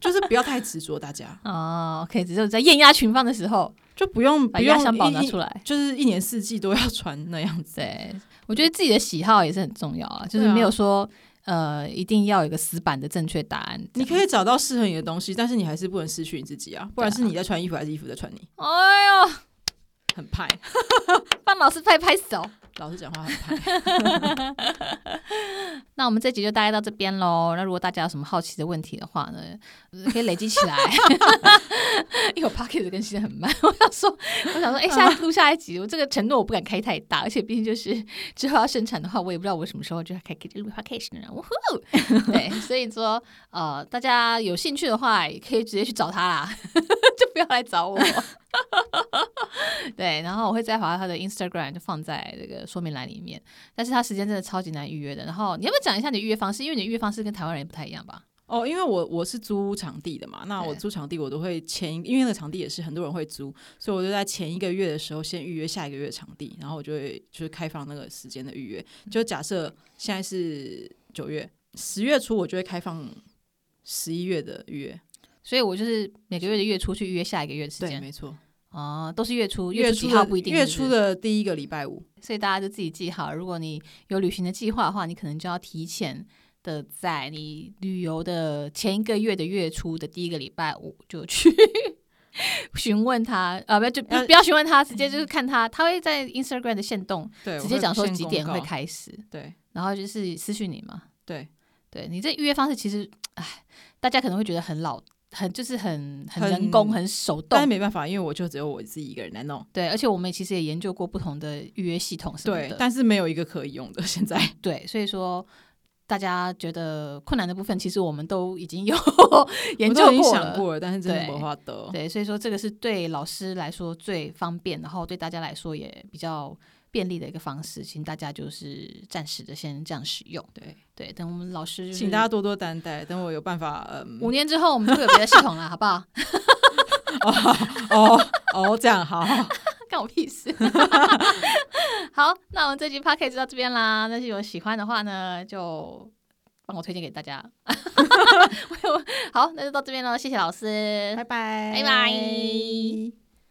[SPEAKER 2] 就是不要太执着，大家
[SPEAKER 1] 哦，OK，只有在艳压群芳的时候，
[SPEAKER 2] 就不
[SPEAKER 1] *laughs*
[SPEAKER 2] 用
[SPEAKER 1] 把
[SPEAKER 2] 不
[SPEAKER 1] 压
[SPEAKER 2] 用
[SPEAKER 1] 箱宝
[SPEAKER 2] 一
[SPEAKER 1] 拿
[SPEAKER 2] 一
[SPEAKER 1] 出来。
[SPEAKER 2] 就是一年四季都要穿那样子。
[SPEAKER 1] 对，我觉得自己的喜好也是很重要啊，就是
[SPEAKER 2] 对啊
[SPEAKER 1] 没有说呃一定要有一个死板的正确答案。
[SPEAKER 2] 你可以找到适合你的东西，但是你还是不能失去你自己啊！不然
[SPEAKER 1] 对啊
[SPEAKER 2] 是你在穿衣服，还是衣服在穿你？
[SPEAKER 1] 哎呦，
[SPEAKER 2] 很派， *laughs*
[SPEAKER 1] 帮老师拍拍手。
[SPEAKER 2] 老师讲话很派。
[SPEAKER 1] 那我们这集就大概到这边喽。那如果大家有什么好奇的问题的话呢，呃可以累积起来， *laughs* 因为我 p o c k e t 更新的很慢。 *laughs* 我想说，我想说，哎、下录下一集，我这个承诺我不敢开太大，而且毕竟就是之后要生产的话，我也不知道我什么时候就可以开始录 podcast 呢。呜呼，对，所以说，呃，大家有兴趣的话，也可以直接去找他啦， *laughs* 就不要来找我。 *laughs* 对，然后我会再把他的 Instagram 就放在这个说明栏里面。但是他时间真的超级难预约的。然后你要不要讲一下你的预约方式？因为你的预约方式跟台湾人也不太一样吧？
[SPEAKER 2] 哦，因为我我是租场地的嘛，那我
[SPEAKER 1] 对
[SPEAKER 2] 租场地我都会前一，因为那个场地也是很多人会租，所以我就在前一个月的时候先预约下一个月的场地，然后我就会就是开放那个时间的预约。
[SPEAKER 1] 嗯
[SPEAKER 2] 就假设现在是九月，十月初我就会开放十一月的预约。
[SPEAKER 1] 所以我就是每个月的月初去预约下一个月的时
[SPEAKER 2] 对，
[SPEAKER 1] 间
[SPEAKER 2] 没错，
[SPEAKER 1] 哦，都是月初，
[SPEAKER 2] 月
[SPEAKER 1] 初
[SPEAKER 2] 初
[SPEAKER 1] 几号
[SPEAKER 2] 的
[SPEAKER 1] 不一定
[SPEAKER 2] 月
[SPEAKER 1] 是
[SPEAKER 2] 初
[SPEAKER 1] 不是，
[SPEAKER 2] 的第一个礼拜五。
[SPEAKER 1] 所以大家就自己记好。如果你有旅行的计划的话，你可能就要提前的在你旅游的前一个月的月初的第一个礼拜五就去。 *laughs* 询问他，啊，不要就不
[SPEAKER 2] 要
[SPEAKER 1] 不要询问他，直接就是看他，他会在 Instagram 的线动
[SPEAKER 2] 对，
[SPEAKER 1] 直
[SPEAKER 2] 我
[SPEAKER 1] 接
[SPEAKER 2] 会
[SPEAKER 1] 讲说
[SPEAKER 2] 先
[SPEAKER 1] 几
[SPEAKER 2] 公
[SPEAKER 1] 点会
[SPEAKER 2] 告。
[SPEAKER 1] 开始，
[SPEAKER 2] 对
[SPEAKER 1] 然后就是私讯你嘛。
[SPEAKER 2] 对，
[SPEAKER 1] 对你这预约方式，其实，唉，大家可能会觉得很老，很就是很很人工、
[SPEAKER 2] 很
[SPEAKER 1] 很手
[SPEAKER 2] 但是
[SPEAKER 1] 动。
[SPEAKER 2] 没办法，因为我就只有我自己一个人来弄。
[SPEAKER 1] 对，而且我们其实也研究过不同的预约系统什么
[SPEAKER 2] 对
[SPEAKER 1] 的，。
[SPEAKER 2] *laughs* 但是没有一个可以用的现在。
[SPEAKER 1] 对，所以说大家觉得困难的部分，其实我们都已经有 *laughs* 研
[SPEAKER 2] 我
[SPEAKER 1] 究
[SPEAKER 2] 都已经
[SPEAKER 1] 过
[SPEAKER 2] 想
[SPEAKER 1] 了。
[SPEAKER 2] 过了，但是真的
[SPEAKER 1] 对
[SPEAKER 2] 没话得。
[SPEAKER 1] 对，所以说这个是对老师来说最方便，然后对大家来说也比较便利的一个方式，请大家就是暂时的先这样使用。
[SPEAKER 2] 对，
[SPEAKER 1] 对，等我们老师、
[SPEAKER 2] 请大家。多多担待，等我有办法， *laughs* 嗯，
[SPEAKER 1] 五年之后我们会有别的系统了，好不好？
[SPEAKER 2] 哦哦，这样好，
[SPEAKER 1] *laughs* 干我屁事！好，那我们这集 p o d c a s t 就到这边啦。那有喜欢的话呢，就帮我推荐给大家。 *laughs* 我有好，那就到这边喽，谢谢老师，
[SPEAKER 2] 拜拜，
[SPEAKER 1] 拜拜